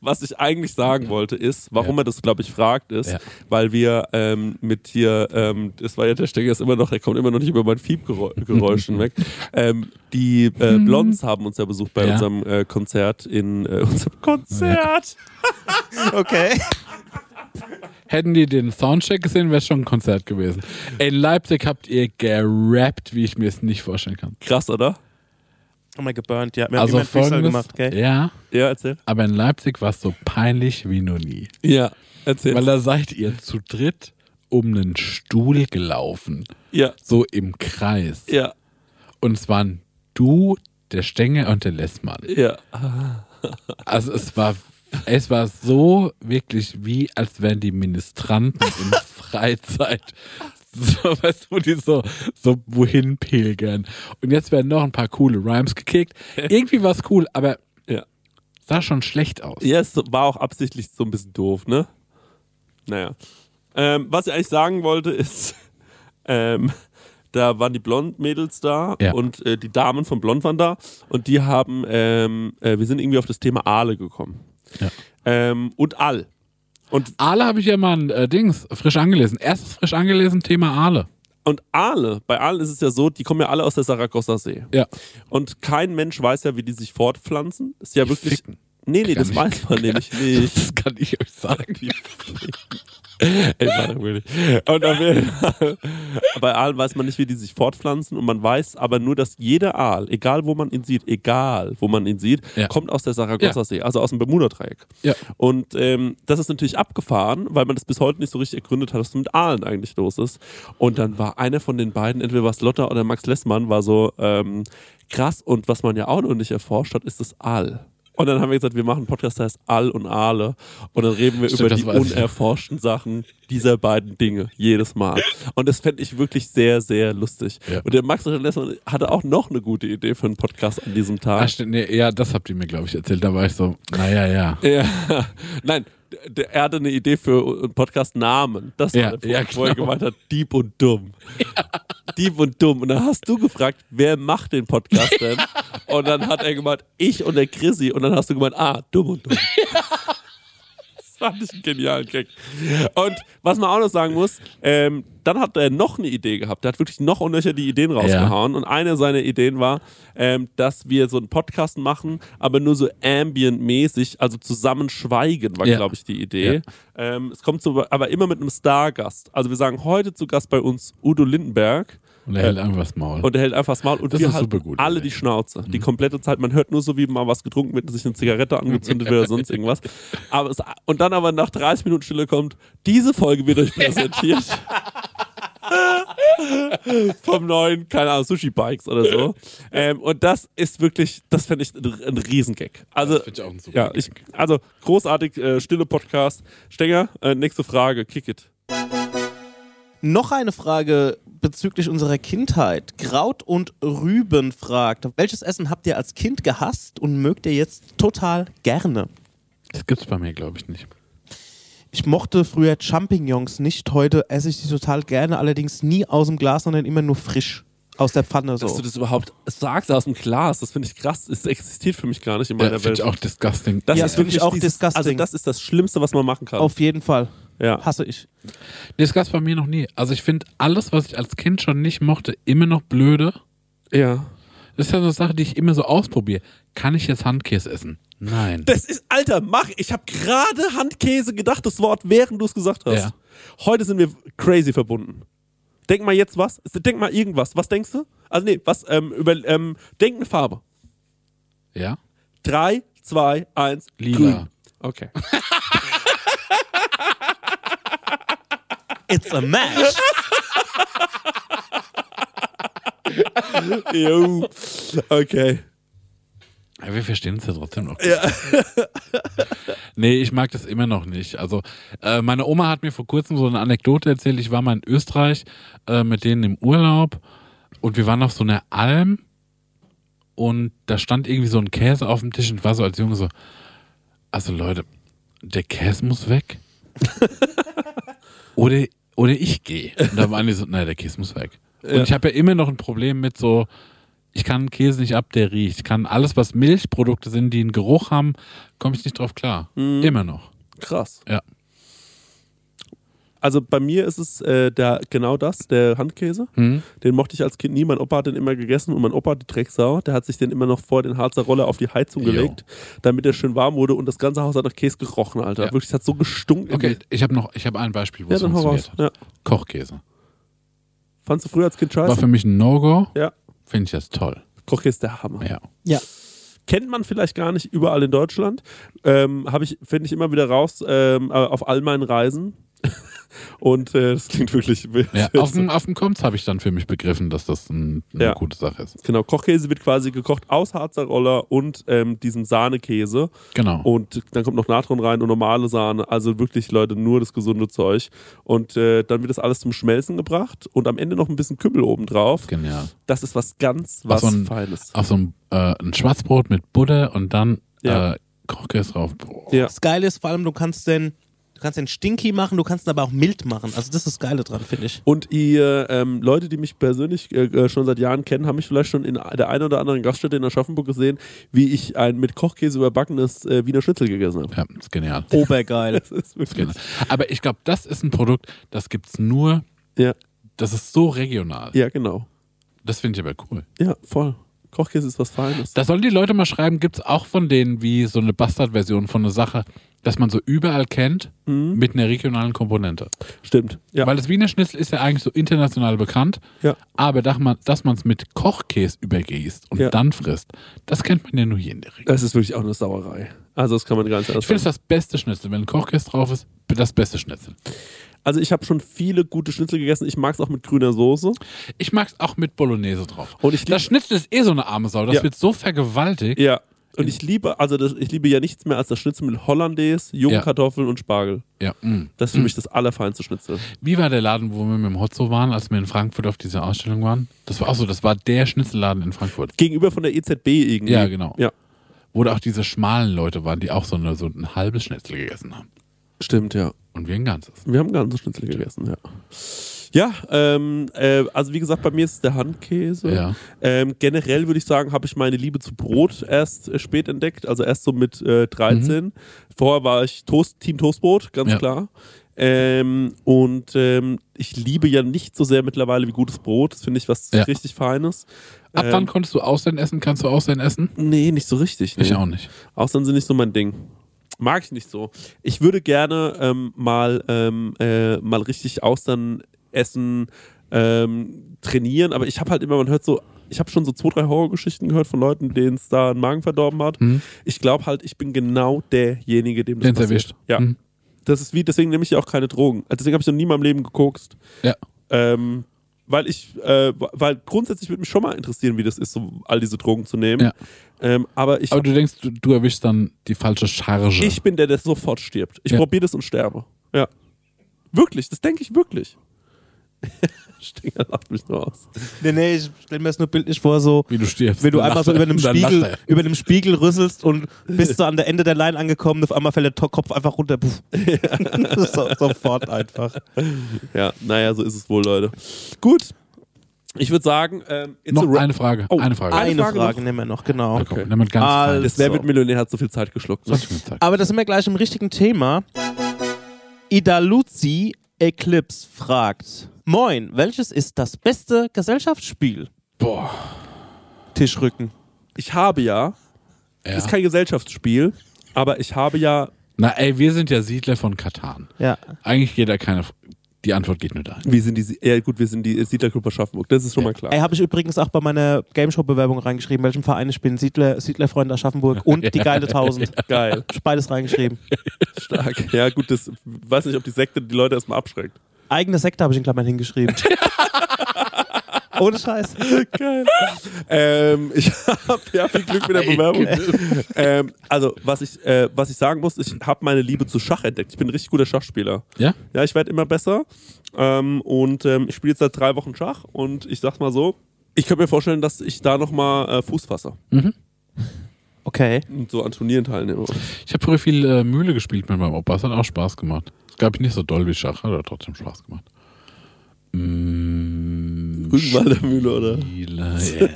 Speaker 2: Was ich eigentlich sagen wollte ist, warum er das, glaube ich, fragt, ist,
Speaker 3: Ja.
Speaker 2: weil wir ähm, mit hier, ähm, das war ja der Stecker ist immer noch, der kommt immer noch nicht über mein Fiebgeräusch hinweg. Ähm, die äh, Blondes haben uns ja besucht bei
Speaker 3: Ja.
Speaker 2: unserem äh, Konzert in äh, unserem Konzert.
Speaker 1: Okay.
Speaker 3: Hätten die den Soundcheck gesehen, wäre schon ein Konzert gewesen. In Leipzig habt ihr gerappt, wie ich mir es nicht vorstellen kann.
Speaker 2: Krass, oder?
Speaker 1: Oh mein geburnt, ja. Wir
Speaker 3: Also
Speaker 1: haben immer Freestyle
Speaker 3: folgendes,
Speaker 1: gemacht, gell?
Speaker 3: ja,
Speaker 2: Ja, erzähl.
Speaker 3: aber in Leipzig war es so peinlich wie noch nie.
Speaker 2: Ja, erzähl.
Speaker 3: Weil da seid ihr zu dritt um einen Stuhl gelaufen,
Speaker 2: ja,
Speaker 3: so im Kreis.
Speaker 2: ja,
Speaker 3: Und es waren du, der Stenge und der Lessmann.
Speaker 2: ja.
Speaker 3: Also es war, es war so wirklich wie, als wären die Ministranten in Freizeit. So, weißt du, die so, so wohin pilgern. Und jetzt werden noch ein paar coole Rhymes gekickt. Irgendwie war es cool, aber
Speaker 2: Ja.
Speaker 3: sah schon schlecht aus.
Speaker 2: Ja, es war auch absichtlich so ein bisschen doof, ne? Naja. Ähm, was ich eigentlich sagen wollte, ist, ähm, da waren die Blond-Mädels da
Speaker 3: Ja.
Speaker 2: und äh, die Damen von Blond waren da und die haben, ähm, äh, wir sind irgendwie auf das Thema Aale gekommen.
Speaker 3: Ja.
Speaker 2: Ähm, und All. Und,
Speaker 3: Aale habe ich ja mal ein äh, Dings frisch angelesen. Erstes frisch angelesen Thema Aale.
Speaker 2: und Aale, bei Aalen ist es ja so, die kommen ja alle aus der Saragossersee.
Speaker 3: Ja.
Speaker 2: Und kein Mensch weiß ja, wie die sich fortpflanzen. Ist ja wirklich.
Speaker 3: ficken.
Speaker 2: Nee, nee,
Speaker 3: Kann
Speaker 2: das
Speaker 3: ich-
Speaker 2: weiß man nämlich nicht.
Speaker 3: Das kann ich euch sagen.
Speaker 2: Ey, war doch wirklich. Und auf jeden Fall. Bei Aalen weiß man nicht, wie die sich fortpflanzen und man weiß aber nur, dass jeder Aal, egal wo man ihn sieht, egal wo man ihn sieht,
Speaker 3: Ja.
Speaker 2: kommt aus der Saragossa-See, also aus dem Bermuda-Dreieck.
Speaker 3: Ja.
Speaker 2: Und ähm, das ist natürlich abgefahren, weil man das bis heute nicht so richtig ergründet hat, was mit Aalen eigentlich los ist. Und dann war einer von den beiden, entweder war es Lotta oder Max Lessmann, war so ähm, krass und was man ja auch noch nicht erforscht hat, ist das Aal. Und dann haben wir gesagt, wir machen einen Podcast, der heißt Aal und Aale. Und dann reden wir
Speaker 3: Stimmt,
Speaker 2: über
Speaker 3: das
Speaker 2: die
Speaker 3: weiß ich.
Speaker 2: unerforschten Sachen dieser beiden Dinge jedes Mal. Und das fände ich wirklich sehr, sehr lustig.
Speaker 3: Ja.
Speaker 2: Und der Max Richard Lessmann hatte auch noch eine gute Idee für einen Podcast an diesem Tag.
Speaker 3: Ach, stimmt, nee, ja, das habt ihr mir, glaube ich, erzählt. Da war ich so, naja, ja.
Speaker 2: Ja, nein, der, er hatte eine Idee für einen Podcast-Namen. Das
Speaker 3: Ja,
Speaker 2: war der,
Speaker 3: ja,
Speaker 2: Punkt, wo er
Speaker 3: genau.
Speaker 2: gemeint hat, Dieb und Dumm. Dieb und Dumm. Und dann hast du gefragt, wer macht den Podcast denn? Und dann hat er gemeint, ich und der Chrissy. Und dann hast du gemeint, ah, Dumm und Dumm. Das fand ich einen genialen Gag. Und was man auch noch sagen muss, ähm, dann hat er noch eine Idee gehabt. Er hat wirklich noch unnöcher die Ideen rausgehauen. Und eine seiner Ideen war, ähm, dass wir so einen Podcast machen, aber nur so ambient-mäßig, also zusammen schweigen, war,
Speaker 3: Ja.
Speaker 2: glaube ich, die Idee. Ähm, es kommt so, aber immer mit einem Stargast. Also wir sagen heute zu Gast bei uns Udo Lindenberg.
Speaker 3: Und er hält einfach das Maul.
Speaker 2: Und er hält einfach das Maul und
Speaker 3: Das
Speaker 2: wir
Speaker 3: ist
Speaker 2: halten
Speaker 3: supergut,
Speaker 2: alle
Speaker 3: ey.
Speaker 2: die Schnauze.
Speaker 3: Mhm.
Speaker 2: Die komplette Zeit. Man hört nur so, wie mal was getrunken wird, sich eine Zigarette angezündet wird oder sonst irgendwas. Aber es, und dann aber nach 30 Minuten Stille kommt, diese Folge wird euch präsentiert. Vom neuen, keine Ahnung, Sushi-Bikes oder so. Ähm, und das ist wirklich, das fände ich ein, ein Riesengag. Also,
Speaker 3: Das find ich auch ein super
Speaker 2: ja, ich, also großartig, äh, stille Podcast. Stenger, äh, nächste Frage, kick it.
Speaker 1: Noch eine Frage bezüglich unserer Kindheit. Kraut und Rüben fragt, welches Essen habt ihr als Kind gehasst und mögt ihr jetzt total gerne?
Speaker 3: das gibt's bei mir, glaube ich, nicht.
Speaker 1: Ich mochte früher Champignons nicht, heute esse ich die total gerne, allerdings nie aus dem Glas, sondern immer nur frisch aus der Pfanne
Speaker 2: Dass du
Speaker 1: so.
Speaker 2: das überhaupt sagst aus dem Glas, das finde ich krass. Es existiert für mich gar nicht in
Speaker 3: Ja,
Speaker 2: meiner
Speaker 3: das finde
Speaker 2: Welt.
Speaker 3: ich auch disgusting.
Speaker 2: Das
Speaker 1: Ja,
Speaker 2: ist
Speaker 1: find ich
Speaker 2: wirklich
Speaker 1: auch
Speaker 2: dieses,
Speaker 1: disgusting.
Speaker 2: Also das ist das Schlimmste, was man machen kann.
Speaker 1: Auf jeden Fall.
Speaker 2: Ja.
Speaker 1: Hasse ich.
Speaker 3: Nee, das gab's bei mir noch nie. Also ich finde alles, was ich als Kind schon nicht mochte, immer noch blöde.
Speaker 2: ja.
Speaker 3: Das ist ja so eine Sache, die ich immer so ausprobiere. Kann ich jetzt Handkäse essen? Nein.
Speaker 2: Das ist, Alter, mach, ich habe gerade Handkäse gedacht, das Wort, während du es gesagt hast.
Speaker 3: Ja.
Speaker 2: Heute sind wir crazy verbunden. Denk mal jetzt was, denk mal irgendwas. Was denkst du? Also nee, was, ähm, über, ähm, denk eine Farbe.
Speaker 3: Ja?
Speaker 2: Drei, zwei, eins,
Speaker 3: Lila.
Speaker 2: grün. Okay.
Speaker 1: It's a match.
Speaker 2: Jo. okay.
Speaker 3: Aber wir verstehen uns ja trotzdem noch. Ja. nee, ich mag das immer noch nicht. Also, äh, meine Oma hat mir vor kurzem so eine Anekdote erzählt. Ich war mal in Österreich äh, mit denen im Urlaub und wir waren auf so einer Alm und da stand irgendwie so ein Käse auf dem Tisch und ich war so als Junge so, also Leute, der Käse muss weg. oder, oder ich gehe. Und da waren die so, nein, der Käse muss weg. Und ich habe ja immer noch ein Problem mit so, ich kann Käse nicht ab, der riecht. Ich kann alles, was Milchprodukte sind, die einen Geruch haben, komme ich nicht drauf klar.
Speaker 2: Mhm.
Speaker 3: Immer noch.
Speaker 2: Krass.
Speaker 3: Ja.
Speaker 2: Also bei mir ist es äh, der, genau das, der Handkäse.
Speaker 3: Hm?
Speaker 2: Den mochte ich als Kind nie. Mein Opa hat den immer gegessen und mein Opa, die Drecksau, der hat sich den immer noch vor den Harzer Roller auf die Heizung
Speaker 3: Jo.
Speaker 2: gelegt, damit er schön warm wurde und das ganze Haus hat nach Käse gerochen, Alter.
Speaker 3: Ja.
Speaker 2: Wirklich, es hat so gestunken.
Speaker 3: Okay, ich habe noch, ich habe ein Beispiel, wo
Speaker 2: Ja,
Speaker 3: es
Speaker 2: dann hau
Speaker 3: funktioniert
Speaker 2: raus.
Speaker 3: hat.
Speaker 2: Ja.
Speaker 3: Kochkäse.
Speaker 2: Fandst du früher als Kind
Speaker 3: War
Speaker 2: scheiße?
Speaker 3: für mich ein No-Go.
Speaker 2: Ja.
Speaker 3: Finde ich jetzt toll.
Speaker 2: Kochkäse ist der Hammer.
Speaker 3: Ja.
Speaker 2: kennt man vielleicht gar nicht überall in Deutschland. Ähm, Habe ich, finde ich immer wieder raus ähm, äh, auf all meinen Reisen. Und äh, das klingt wirklich wild.
Speaker 3: ja. Auf dem, auf dem Komms habe ich dann für mich begriffen, dass das ein, eine
Speaker 2: Ja.
Speaker 3: gute Sache ist.
Speaker 2: Genau, Kochkäse wird quasi gekocht aus Harzer Roller und ähm, diesem Sahnekäse.
Speaker 3: Genau.
Speaker 2: Und dann kommt noch Natron rein und normale Sahne. Also wirklich, Leute, nur das gesunde Zeug. Und äh, dann wird das alles zum Schmelzen gebracht und am Ende noch ein bisschen Kümmel obendrauf.
Speaker 3: Genial.
Speaker 2: Das ist was ganz,
Speaker 3: Auf
Speaker 2: was
Speaker 3: Genau. so ein-
Speaker 2: Feines.
Speaker 3: Auf so ein, äh, ein Schwarzbrot mit Butter und dann
Speaker 2: Ja.
Speaker 3: äh, Kochkäse drauf. Boah.
Speaker 2: Ja.
Speaker 1: Das Geile ist vor allem, du kannst den, du kannst den stinky machen, du kannst ihn aber auch mild machen. Also das ist das Geile dran, finde ich.
Speaker 2: Und ihr ähm, Leute, die mich persönlich äh, äh, schon seit Jahren kennen, haben mich vielleicht schon in der einen oder anderen Gaststätte in Aschaffenburg gesehen, wie ich ein mit Kochkäse überbackenes äh, Wiener Schnitzel gegessen habe.
Speaker 3: Ja, ist genial.
Speaker 1: Obergeil.
Speaker 2: Das ist wirklich.
Speaker 3: Genau. Aber ich glaube, das ist ein Produkt, das gibt's nur,
Speaker 2: Ja,
Speaker 3: das ist so regional.
Speaker 2: ja, genau.
Speaker 3: Das finde ich aber cool.
Speaker 2: Ja, voll. Kochkäse ist was Feines.
Speaker 3: Da sollen die Leute mal schreiben, gibt's auch von denen wie so eine Bastard-Version von einer Sache, dass man so überall kennt, mit einer regionalen Komponente.
Speaker 2: Stimmt. Mhm. Ja.
Speaker 3: Weil das Wiener Schnitzel ist ja eigentlich so international bekannt,
Speaker 2: Ja.
Speaker 3: aber dass man es mit Kochkäse übergießt und
Speaker 2: Ja. Äh,
Speaker 3: dann frisst, das kennt man ja nur hier in der Region.
Speaker 2: das ist wirklich auch eine Sauerei. Also das kann man gar nicht anders
Speaker 3: Ich finde es
Speaker 2: sagen.
Speaker 3: das beste Schnitzel. Wenn Kochkäse drauf ist, das beste Schnitzel.
Speaker 2: Also ich habe schon viele gute Schnitzel gegessen. Ich mag es auch mit grüner Soße.
Speaker 3: Ich mag es auch mit Bolognese drauf.
Speaker 2: Und ich lieb-
Speaker 3: das Schnitzel ist eh so eine arme Sau. Das
Speaker 2: Ja.
Speaker 3: wird so vergewaltigt.
Speaker 2: Ja. Und ich liebe, also das, ich liebe ja nichts mehr als das Schnitzel mit Hollandaise, jungen
Speaker 3: Ja.
Speaker 2: Kartoffeln und Spargel.
Speaker 3: Ja, mm.
Speaker 2: Das ist für mich das allerfeinste Schnitzel.
Speaker 3: Wie war der Laden, wo wir mit dem Hotzo waren, als wir in Frankfurt auf dieser Ausstellung waren? Das war auch so, das war der Schnitzelladen in Frankfurt,
Speaker 2: Gegenüber von der EZB irgendwie.
Speaker 3: Ja, genau.
Speaker 2: Ja.
Speaker 3: wo da auch diese schmalen Leute waren, die auch so, eine, so ein halbes Schnitzel gegessen haben.
Speaker 2: Stimmt, ja.
Speaker 3: Und wir ein ganzes.
Speaker 2: Wir haben ganze Schnitzel gegessen, ja. Ja, ähm, äh, also wie gesagt, bei mir ist es der Handkäse.
Speaker 3: Ja.
Speaker 2: Ähm, generell würde ich sagen, habe ich meine Liebe zu Brot erst äh, spät entdeckt, also erst so mit äh, 13. Vorher war ich Toast, Team Toastbrot, ganz
Speaker 3: Mhm. Ja.
Speaker 2: klar. Ähm, und ähm, ich liebe ja nicht so sehr mittlerweile wie gutes Brot. Das finde ich was
Speaker 3: Ja.
Speaker 2: richtig Feines.
Speaker 3: Ab
Speaker 2: Ähm,
Speaker 3: wann konntest du Austern essen? Kannst du Austern essen?
Speaker 2: Nee, nicht so richtig. Nee.
Speaker 3: Ich auch nicht.
Speaker 2: Austern sind nicht so mein Ding. Mag ich nicht so. Ich würde gerne ähm, mal, ähm, äh, mal richtig Austern essen, ähm, trainieren, aber ich habe halt immer, man hört so, ich habe schon so zwei, drei Horrorgeschichten gehört von Leuten, denen es da einen Magen verdorben hat.
Speaker 3: Hm?
Speaker 2: Ich glaube halt, ich bin genau derjenige, dem das
Speaker 3: Den's
Speaker 2: passiert.
Speaker 3: erwischt.
Speaker 2: Ja.
Speaker 3: Hm?
Speaker 2: Das ist wie, deswegen nehme ich ja auch keine Drogen. Also deswegen habe ich noch nie in meinem Leben gekokst.
Speaker 3: Ja.
Speaker 2: Ähm, weil ich, äh, weil grundsätzlich würde mich schon mal interessieren, wie das ist, so all diese Drogen zu nehmen.
Speaker 3: Ja.
Speaker 2: Ähm, aber ich
Speaker 3: Aber du denkst, du, du erwischst dann die falsche Charge.
Speaker 2: ich bin der, der sofort stirbt. Ich
Speaker 3: Ja.
Speaker 2: probiere das und sterbe. Ja. Wirklich, das denke ich wirklich. Stinger lacht mich nur aus.
Speaker 1: Nee, nee, ich stell mir das nur bildlich vor, so
Speaker 3: wie du stirbst.
Speaker 1: wenn du
Speaker 3: Dann
Speaker 1: einmal
Speaker 3: lacht
Speaker 1: so
Speaker 3: er.
Speaker 1: über einem
Speaker 3: Dann lacht
Speaker 1: Spiegel,
Speaker 3: er.
Speaker 1: über einem Spiegel rüsselst und bist so an der Ende der Line angekommen und auf einmal fällt der To- Kopf einfach runter. Puff. so, sofort einfach.
Speaker 2: Ja, naja, so ist es wohl, Leute. Gut. Ich würde sagen, ähm, it's
Speaker 3: Noch
Speaker 2: a wrap.
Speaker 3: eine Frage.
Speaker 2: Oh,
Speaker 3: eine Frage.
Speaker 2: Eine
Speaker 1: Eine
Speaker 2: Frage
Speaker 1: Frage, nehmen wir noch, genau.
Speaker 3: Okay. Komm, damit ganz
Speaker 1: Ah,
Speaker 3: fein.
Speaker 1: das-
Speaker 2: Wer
Speaker 1: So.
Speaker 2: wird Millionär hat so viel Zeit geschluckt. Ne?
Speaker 3: Soll ich mir zeigen?
Speaker 1: Aber das sind wir gleich im richtigen Thema. Idaluzzi Eclipse fragt: Moin, welches ist das beste Gesellschaftsspiel?
Speaker 3: Boah.
Speaker 1: Tischrücken.
Speaker 2: Ich habe ja,
Speaker 3: Ja.
Speaker 2: ist kein Gesellschaftsspiel, aber ich habe ja,
Speaker 3: Na ey, wir sind ja Siedler von Katan.
Speaker 1: Ja.
Speaker 3: Eigentlich geht da keine. Die Antwort geht nur dahin.
Speaker 2: wir sind die, ja gut, wir sind die Siedlergruppe Aschaffenburg, das ist schon mal klar.
Speaker 1: Ey, habe ich übrigens auch bei meiner Gameshow-Bewerbung reingeschrieben, welchem Verein ich bin. Siedler, Siedlerfreund Aschaffenburg und die geile 1000.
Speaker 2: Geil,
Speaker 1: Hab ich beides reingeschrieben.
Speaker 2: stark. Ja gut, das weiß nicht, ob die Sekte die Leute erstmal abschreckt.
Speaker 1: Eigene Sekte habe ich in Klammern hingeschrieben. Ohne Scheiß.
Speaker 2: Geil. ähm, ich habe ja viel Glück mit der Bewerbung. ähm, also, was ich, äh, was ich sagen muss, ich habe meine Liebe zu Schach entdeckt. Ich bin ein richtig guter Schachspieler.
Speaker 3: Ja?
Speaker 2: Ja, ich werde immer besser. Ähm, und ähm, ich spiele jetzt seit drei Wochen Schach und ich sag's mal so, Ich könnte mir vorstellen, dass ich da nochmal äh, Fuß fasse
Speaker 1: Okay.
Speaker 2: und so an Turnieren teilnehme.
Speaker 3: Ich habe früher viel äh, Mühle gespielt mit meinem Opa. Es hat auch Spaß gemacht. Es gab nicht so doll wie Schach, hat aber trotzdem Spaß gemacht. Mm,
Speaker 2: Rügenwalder Mühle, oder?
Speaker 3: Spiele.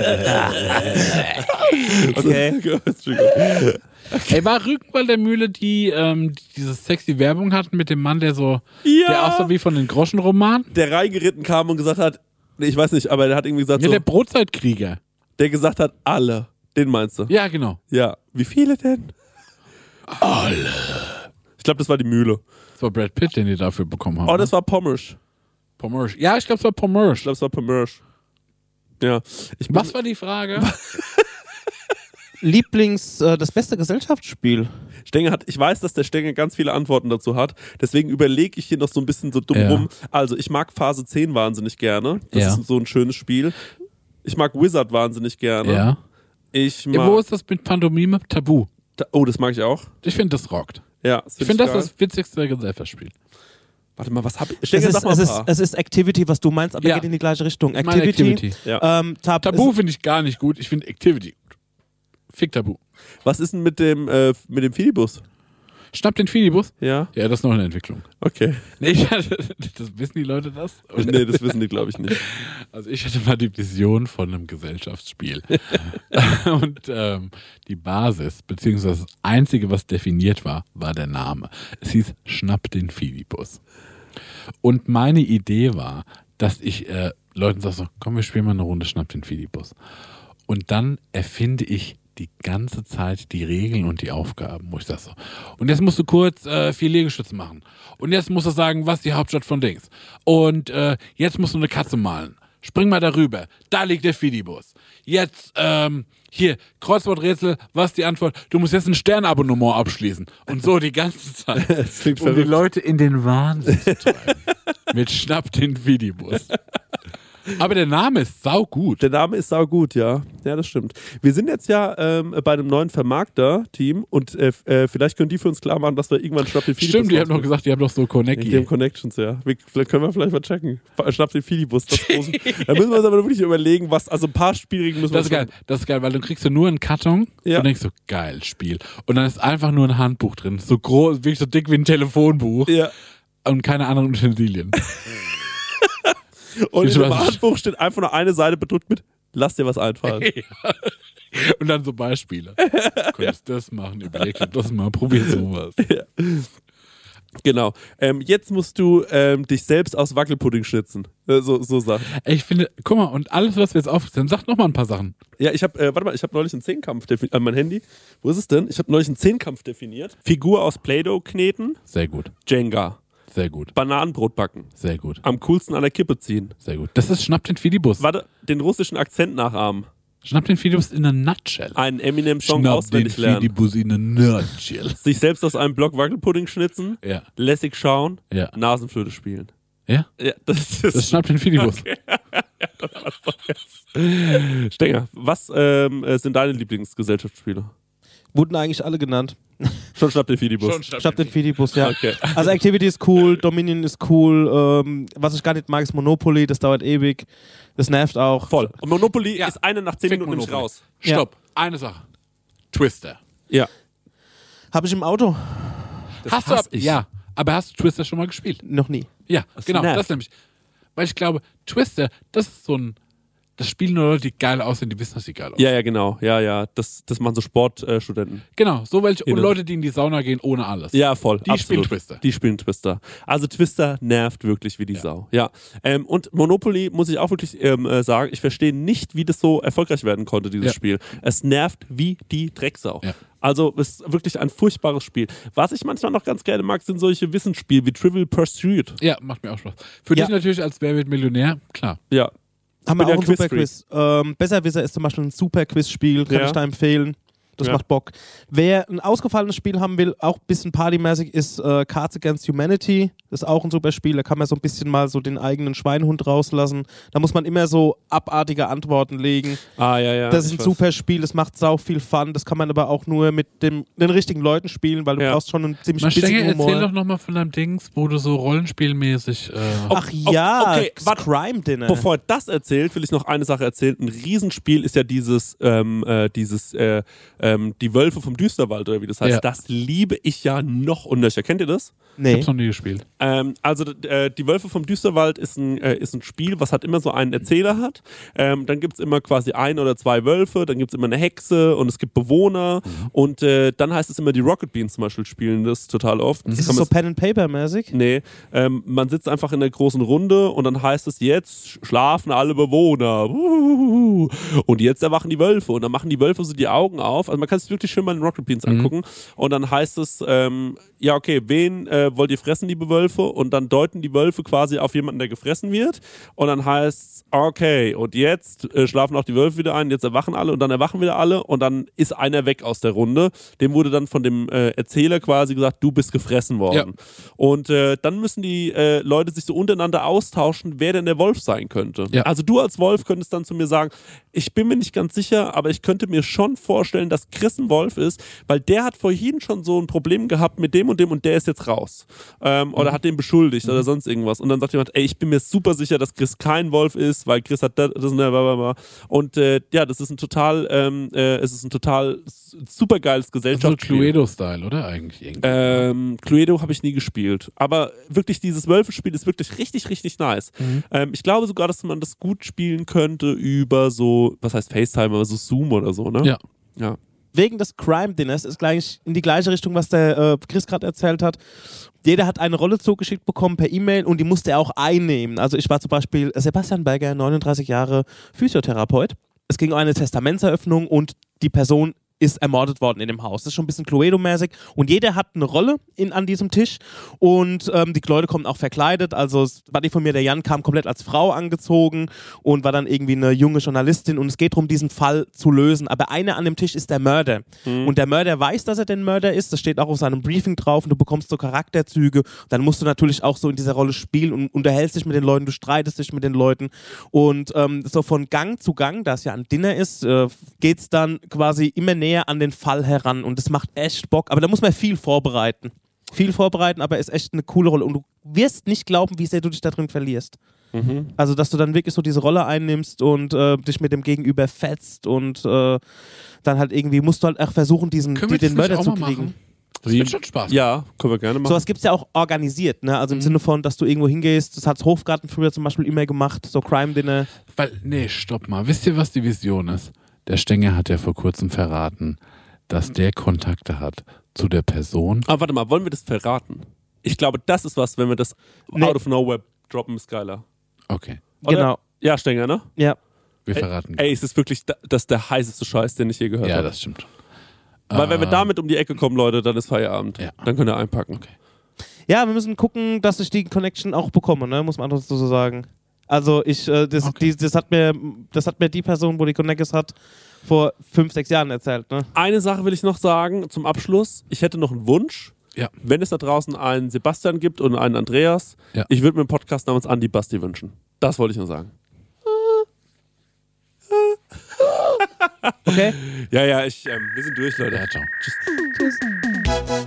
Speaker 1: Okay.
Speaker 2: Genau, Entschuldigung.
Speaker 3: Ey, war Rügenwalder Mühle, die ähm, die diese sexy Werbung hatten mit dem Mann, der so, der auch so wie von den Groschenromanen?
Speaker 2: der reingeritten kam und gesagt hat, nee, ich weiß nicht, aber der hat irgendwie gesagt,
Speaker 3: Ja,
Speaker 2: so,
Speaker 3: der
Speaker 2: der,
Speaker 3: Brotzeitkrieger.
Speaker 2: gesagt hat, alle. Den meinst du?
Speaker 3: Ja, genau.
Speaker 2: Ja. Wie viele denn? Alle. Ich glaube, das war die Mühle.
Speaker 3: Das war Brad Pitt, den die dafür bekommen haben.
Speaker 2: Oh, das war Pommersch.
Speaker 3: Pomersch. Ja, ich glaube, es war
Speaker 2: Ich
Speaker 3: Pomersch.
Speaker 2: glaube, es war Pommersch. Ja. Ich bin,
Speaker 3: Was war die Frage?
Speaker 1: Lieblings, äh, das beste Gesellschaftsspiel.
Speaker 2: Stenge hat, ich weiß, dass der Stenge ganz viele Antworten dazu hat. Deswegen überlege ich hier noch so ein bisschen so dumm
Speaker 3: Ja.
Speaker 2: rum. Also, ich mag Phase 10 wahnsinnig gerne. Das
Speaker 3: Ja.
Speaker 2: ist so ein schönes Spiel. Ich mag Wizard wahnsinnig gerne.
Speaker 3: ja.
Speaker 2: Ich
Speaker 3: ja. Wo
Speaker 2: mag.
Speaker 3: ist das mit Pantomime tabu?
Speaker 2: Oh, das mag ich auch.
Speaker 3: Ich finde, das rockt.
Speaker 2: Ja, das
Speaker 3: Ich finde, das
Speaker 2: geil.
Speaker 3: ist das witzigste Gesellschaftsspiel.
Speaker 2: Warte mal, was hab ich.
Speaker 1: Es
Speaker 2: Stenge,
Speaker 1: ist,
Speaker 2: sag mal
Speaker 1: es,
Speaker 2: ein
Speaker 1: ist,
Speaker 2: paar.
Speaker 1: es ist Activity, was du meinst, aber
Speaker 3: Ja.
Speaker 1: geht in die gleiche Richtung.
Speaker 3: Ich meine
Speaker 1: Activity.
Speaker 3: Activity.
Speaker 2: Ja.
Speaker 1: Ähm, Tab
Speaker 3: Tabu finde ich gar nicht gut. Ich finde Activity gut. Fick Tabu.
Speaker 2: Was ist denn mit dem, äh, mit dem Filibus?
Speaker 3: Schnapp den Filibus.
Speaker 2: Ja?
Speaker 3: Ja, das ist noch in der Entwicklung.
Speaker 2: Okay.
Speaker 3: Nee, ich hatte, das wissen die Leute das? Oder?
Speaker 2: Nee, das wissen die, glaube ich, nicht.
Speaker 3: Also ich hatte mal die Vision von einem Gesellschaftsspiel. und ähm, die Basis, beziehungsweise das Einzige, was definiert war, war der Name. Es hieß Schnapp den Filibus. Und meine Idee war, dass ich äh, Leuten sage, so, komm, wir spielen mal eine Runde Schnapp den Filibus. Und dann erfinde ich die ganze Zeit die Regeln und die Aufgaben, wo ich das so. Und jetzt musst du kurz äh, vier Liegestütze machen. Und jetzt musst du sagen, was ist die Hauptstadt von Dings. Und äh, jetzt musst du eine Katze malen. Spring mal darüber. Da liegt der Fidibus. Jetzt, ähm, hier, Kreuzworträtsel, was ist die Antwort? Du musst jetzt ein Sternabonnement abschließen. Und so die ganze Zeit. um
Speaker 2: klingt
Speaker 3: die
Speaker 2: verrückt.
Speaker 3: Leute in den Wahnsinn zu treiben. Mit Schnapp den Fidibus. Aber der Name ist saugut.
Speaker 2: Der Name ist saugut, ja. Ja, das stimmt. Wir sind jetzt ja ähm, bei einem neuen Vermarkter-Team und äh, f- äh, vielleicht können die für uns klar machen, dass wir irgendwann Schnapp den Filibus
Speaker 3: Stimmt, die haben noch
Speaker 2: rausbringen.
Speaker 3: gesagt, die haben noch so
Speaker 2: Die haben
Speaker 3: Konecki.
Speaker 2: Connections, ja. Wir, vielleicht können wir vielleicht mal checken. Schnapp den Filibus. Das große. da müssen wir uns aber wirklich überlegen, was. Also ein paar Spielregeln müssen
Speaker 3: Das ist
Speaker 2: wir
Speaker 3: geil, das ist geil, weil dann kriegst du nur einen Karton
Speaker 2: Ja.
Speaker 3: und denkst so, geil, Spiel. Und dann ist einfach nur ein Handbuch drin. So groß, wirklich so dick wie ein Telefonbuch
Speaker 2: schon- Ja.
Speaker 3: und keine anderen Utensilien.
Speaker 2: Und
Speaker 3: Ich
Speaker 2: in dem
Speaker 3: weiß nicht.
Speaker 2: Handbuch steht einfach nur eine Seite bedruckt mit: Lass dir was einfallen.
Speaker 3: und dann so Beispiele. Du könntest das machen, überleg dir das mal, probier sowas.
Speaker 2: Genau. Ähm, jetzt musst du ähm, dich selbst aus Wackelpudding schnitzen. Äh, so, so Sachen.
Speaker 3: Ey, ich finde, guck mal, und alles, was wir jetzt aufgesetzt haben, sagt nochmal ein paar Sachen.
Speaker 2: Ja, ich habe, äh, warte mal, ich habe neulich einen Zehnkampf definiert. An mein Handy. Wo ist es denn? Ich habe neulich einen Zehnkampf definiert. Figur aus Play-Doh kneten,
Speaker 3: Sehr gut,
Speaker 2: Jenga.
Speaker 3: sehr gut,
Speaker 2: Bananenbrot backen.
Speaker 3: sehr gut,
Speaker 2: Am coolsten an der Kippe ziehen.
Speaker 3: sehr gut. Das ist Schnapp den Filibus.
Speaker 2: Warte, den russischen Akzent nachahmen.
Speaker 3: Schnapp den Filibus in a nutshell.
Speaker 2: Einen Eminem-Song
Speaker 3: den
Speaker 2: auswendig lernen.
Speaker 3: Filibus in a nutshell.
Speaker 2: Sich selbst aus einem Block Wackelpudding schnitzen.
Speaker 3: Ja,
Speaker 2: Lässig schauen.
Speaker 3: ja,
Speaker 2: Nasenflöte spielen.
Speaker 3: ja.
Speaker 2: Ja, das
Speaker 3: Das
Speaker 2: ist
Speaker 3: Schnapp den Filibus.
Speaker 2: Stenger. Was ähm, äh, sind deine Lieblingsgesellschaftsspiele?
Speaker 1: wurden eigentlich alle genannt.
Speaker 2: Schon schnapp den Fidibus.
Speaker 1: Ich hab den Fidibus, ja.
Speaker 2: Okay.
Speaker 1: Also Activity ist cool, Dominion ist cool. Ähm, was ich gar nicht mag, ist Monopoly, das dauert ewig. Das nervt auch.
Speaker 2: Voll. Und Monopoly
Speaker 3: Ja.
Speaker 2: ist eine nach zehn
Speaker 3: Fick
Speaker 2: Minuten nämlich
Speaker 3: Monopoly.
Speaker 2: raus.
Speaker 1: Ja.
Speaker 3: Stopp, eine Sache. Twister.
Speaker 2: Ja.
Speaker 1: Habe ich im Auto?
Speaker 3: hast du ab, ja, aber hast du Twister schon mal gespielt?
Speaker 1: Noch nie.
Speaker 3: Ja, genau,
Speaker 2: nervt.
Speaker 3: das nämlich. Weil ich glaube, Twister, das ist so ein das spielen nur Leute, die geil aussehen, die wissen, dass sie geil aussehen.
Speaker 2: Ja, ja, genau. Ja, ja. Das, das machen so Sportstudenten.
Speaker 3: Genau, so welche und
Speaker 2: Genau.
Speaker 3: Leute, die in die Sauna gehen ohne alles.
Speaker 2: ja, voll.
Speaker 3: Die spielen Twister.
Speaker 2: Die spielen Twister. Also Twister nervt wirklich wie die Sau. Ja. Ähm, und Monopoly muss ich auch wirklich ähm, äh, sagen, ich verstehe nicht, wie das so erfolgreich werden konnte, dieses
Speaker 3: Ja.
Speaker 2: Spiel. Es nervt wie die Drecksau.
Speaker 3: Ja.
Speaker 2: Also es ist wirklich ein furchtbares Spiel. Was ich manchmal noch ganz gerne mag, sind solche Wissensspiele wie Trivial Pursuit.
Speaker 3: Ja, macht mir auch Spaß. Für
Speaker 1: Ja.
Speaker 3: dich natürlich als Wer wird Millionär, klar.
Speaker 2: Ja.
Speaker 1: Haben wir
Speaker 2: bin
Speaker 1: auch ein
Speaker 2: ja
Speaker 1: super
Speaker 2: Quizfreak.
Speaker 1: Quiz. Ähm, Besserwisser ist zum Beispiel ein super Quiz-Spiel, kann
Speaker 2: Ja.
Speaker 1: ich da empfehlen. das macht Bock. Wer ein ausgefallenes Spiel haben will, auch ein bisschen partymäßig, ist äh, Cards Against Humanity. Das ist auch ein super Spiel. Da kann man so ein bisschen mal so den eigenen Schweinhund rauslassen. Da muss man immer so abartige Antworten legen.
Speaker 5: Ah, ja, ja.
Speaker 1: Das
Speaker 5: ich
Speaker 1: ist ein
Speaker 5: weiß.
Speaker 1: super Spiel, das macht sau viel Fun. Das kann man aber auch nur mit dem, den richtigen Leuten spielen, weil du
Speaker 5: Ja.
Speaker 1: brauchst schon einen ziemlich
Speaker 3: Mal Stenge,
Speaker 1: spitzigen
Speaker 3: erzähl doch
Speaker 1: Humor.
Speaker 3: nochmal von deinem Dings, wo du so rollenspielmäßig. Äh,
Speaker 1: Ach ja,
Speaker 2: okay,
Speaker 1: das
Speaker 2: warte.
Speaker 1: Crime Dinner.
Speaker 2: Bevor er das erzählt, will ich noch eine Sache erzählen. Ein Riesenspiel ist ja dieses, ähm, äh, dieses, äh, ähm, die Wölfe vom Düsterwald oder wie das heißt.
Speaker 3: Ja.
Speaker 2: Das liebe ich ja noch unnöcher. Kennt ihr das?
Speaker 3: Ich
Speaker 1: nee.
Speaker 3: hab's noch nie gespielt.
Speaker 2: Ähm, also d- äh, die Wölfe vom Düsterwald ist ein, äh, ist ein Spiel, was halt immer so einen Erzähler hat. Ähm, dann gibt's immer quasi ein oder zwei Wölfe, dann gibt's immer eine Hexe und es gibt Bewohner und äh, dann heißt es immer die Rocket Beans zum Beispiel spielen das total oft. Das
Speaker 1: Ist
Speaker 2: kann
Speaker 1: es
Speaker 2: man
Speaker 1: so Pen and Paper mäßig?
Speaker 2: Nee, ähm, man sitzt einfach in der großen Runde und dann heißt es jetzt schlafen alle Bewohner. Uhuhuhu. Und jetzt erwachen die Wölfe und dann machen die Wölfe so die Augen auf. Also man kann sich wirklich schön mal in Rocket Beans angucken und dann heißt es, ähm, ja okay, wen äh, wollt ihr fressen, liebe Wölfe? Und dann deuten die Wölfe quasi auf jemanden, der gefressen wird und dann heißt okay, und jetzt äh, schlafen auch die Wölfe wieder ein, jetzt erwachen alle und dann erwachen wieder alle und dann ist einer weg aus der Runde. Dem wurde dann von dem äh, Erzähler quasi gesagt, du bist gefressen worden. Und äh, dann müssen die äh, Leute sich so untereinander austauschen, wer denn der Wolf sein könnte.
Speaker 3: Ja.
Speaker 2: Also du als Wolf könntest dann zu mir sagen, ich bin mir nicht ganz sicher, aber ich könnte mir schon vorstellen, dass Chris ein Wolf ist, weil der hat vorhin schon so ein Problem gehabt mit dem und dem und der ist jetzt raus. Ähm,
Speaker 3: Mhm.
Speaker 2: oder hat den beschuldigt oder sonst irgendwas. Und dann sagt jemand, ey, ich bin mir super sicher, dass Chris kein Wolf ist, weil Chris hat das, das und das, bla, bla, bla. und äh, ja, das ist ein total, ähm, äh, es ist ein total s- supergeiles
Speaker 3: So
Speaker 2: Gesellschaftsspiel.
Speaker 3: Cluedo-Style, oder? Eigentlich. irgendwie.
Speaker 2: Ähm, Cluedo habe ich nie gespielt. Aber wirklich, dieses Wölfespiel ist wirklich richtig, richtig nice.
Speaker 3: Mhm.
Speaker 2: Ähm, ich glaube sogar, dass man das gut spielen könnte über so, was heißt FaceTime, aber so Zoom oder so, ne?
Speaker 3: ja.
Speaker 2: Ja.
Speaker 1: wegen des Crime Dinners ist gleich in die gleiche Richtung, was der äh, Chris gerade erzählt hat. Jeder hat eine Rolle zugeschickt bekommen per E-Mail und die musste er auch einnehmen. Also ich war zum Beispiel Sebastian Berger, 39 Jahre Physiotherapeut. Es ging um eine Testamentseröffnung und die Person ist ermordet worden in dem Haus. Das ist schon ein bisschen Cluedo-mäßig. Und jeder hat eine Rolle in, an diesem Tisch. Und ähm, die Leute kommen auch verkleidet. Also es- Buddy von mir, der Jan, kam komplett als Frau angezogen und war dann irgendwie eine junge Journalistin. Und es geht darum, diesen Fall zu lösen. Aber einer an dem Tisch ist der Mörder. Und der Mörder weiß, dass er der Mörder ist. Das steht auch auf seinem Briefing drauf. Und du bekommst so Charakterzüge. Dann musst du natürlich auch so in dieser Rolle spielen und unterhältst dich mit den Leuten. Du streitest dich mit den Leuten. Und ähm, so von Gang zu Gang, da es ja ein Dinner ist, äh, geht es dann quasi immer näher an den Fall heran. Und das macht echt Bock. Aber da muss man viel vorbereiten. Viel vorbereiten, aber ist echt eine coole Rolle. Und du wirst nicht glauben, wie sehr du dich da drin verlierst. Also, dass du dann wirklich so diese Rolle einnimmst und äh, dich mit dem Gegenüber fetzt und äh, dann halt irgendwie musst du halt auch versuchen, diesen,
Speaker 3: Können
Speaker 1: die,
Speaker 3: wir das
Speaker 1: den Mörder
Speaker 3: nicht
Speaker 1: zu
Speaker 3: auch mal
Speaker 1: kriegen.
Speaker 3: machen? Das wird schon Spaß.
Speaker 2: ja, können wir gerne machen.
Speaker 1: Sowas gibt es ja auch organisiert, ne?
Speaker 3: Mhm.
Speaker 1: Also im Sinne von, dass du irgendwo hingehst, das hat Hofgarten früher zum Beispiel immer gemacht, so Crime-Dinner.
Speaker 3: Weil, nee, stopp mal. Wisst ihr, was die Vision ist? Der Stenger hat ja vor kurzem verraten, dass der Kontakte hat zu der Person.
Speaker 2: Aber warte mal, wollen wir das verraten? Ich glaube, das ist was, wenn wir das
Speaker 1: Nee.
Speaker 2: out of nowhere droppen, ist geiler.
Speaker 3: Okay,
Speaker 2: Oder?
Speaker 1: Genau.
Speaker 2: Ja, Stenger, ne?
Speaker 1: Ja.
Speaker 3: wir verraten.
Speaker 2: Ey, es ist wirklich da- das ist der heißeste Scheiß, den ich je gehört
Speaker 3: Mhm. ja,
Speaker 2: habe.
Speaker 3: das stimmt.
Speaker 2: Weil wenn wir damit um die Ecke kommen, Leute, dann ist Feierabend.
Speaker 3: Ja.
Speaker 2: Dann könnt ihr einpacken.
Speaker 1: Ja, wir müssen gucken, dass ich die Connection auch bekomme, ne? Muss man anders so sagen. Also ich, äh, das, die, das hat mir, das hat mir die Person, wo die Connections hat, vor fünf, sechs Jahren erzählt, ne?
Speaker 2: Eine Sache will ich noch sagen zum Abschluss. Ich hätte noch einen Wunsch.
Speaker 3: Ja.
Speaker 2: Wenn es da draußen einen Sebastian gibt und einen Andreas,
Speaker 3: Ja.
Speaker 2: ich würde mir einen Podcast namens Andi Basti wünschen. Das wollte ich nur sagen.
Speaker 1: Okay?
Speaker 2: Ja, ja, ich, ähm, wir sind durch, Leute.
Speaker 3: Ja, ciao.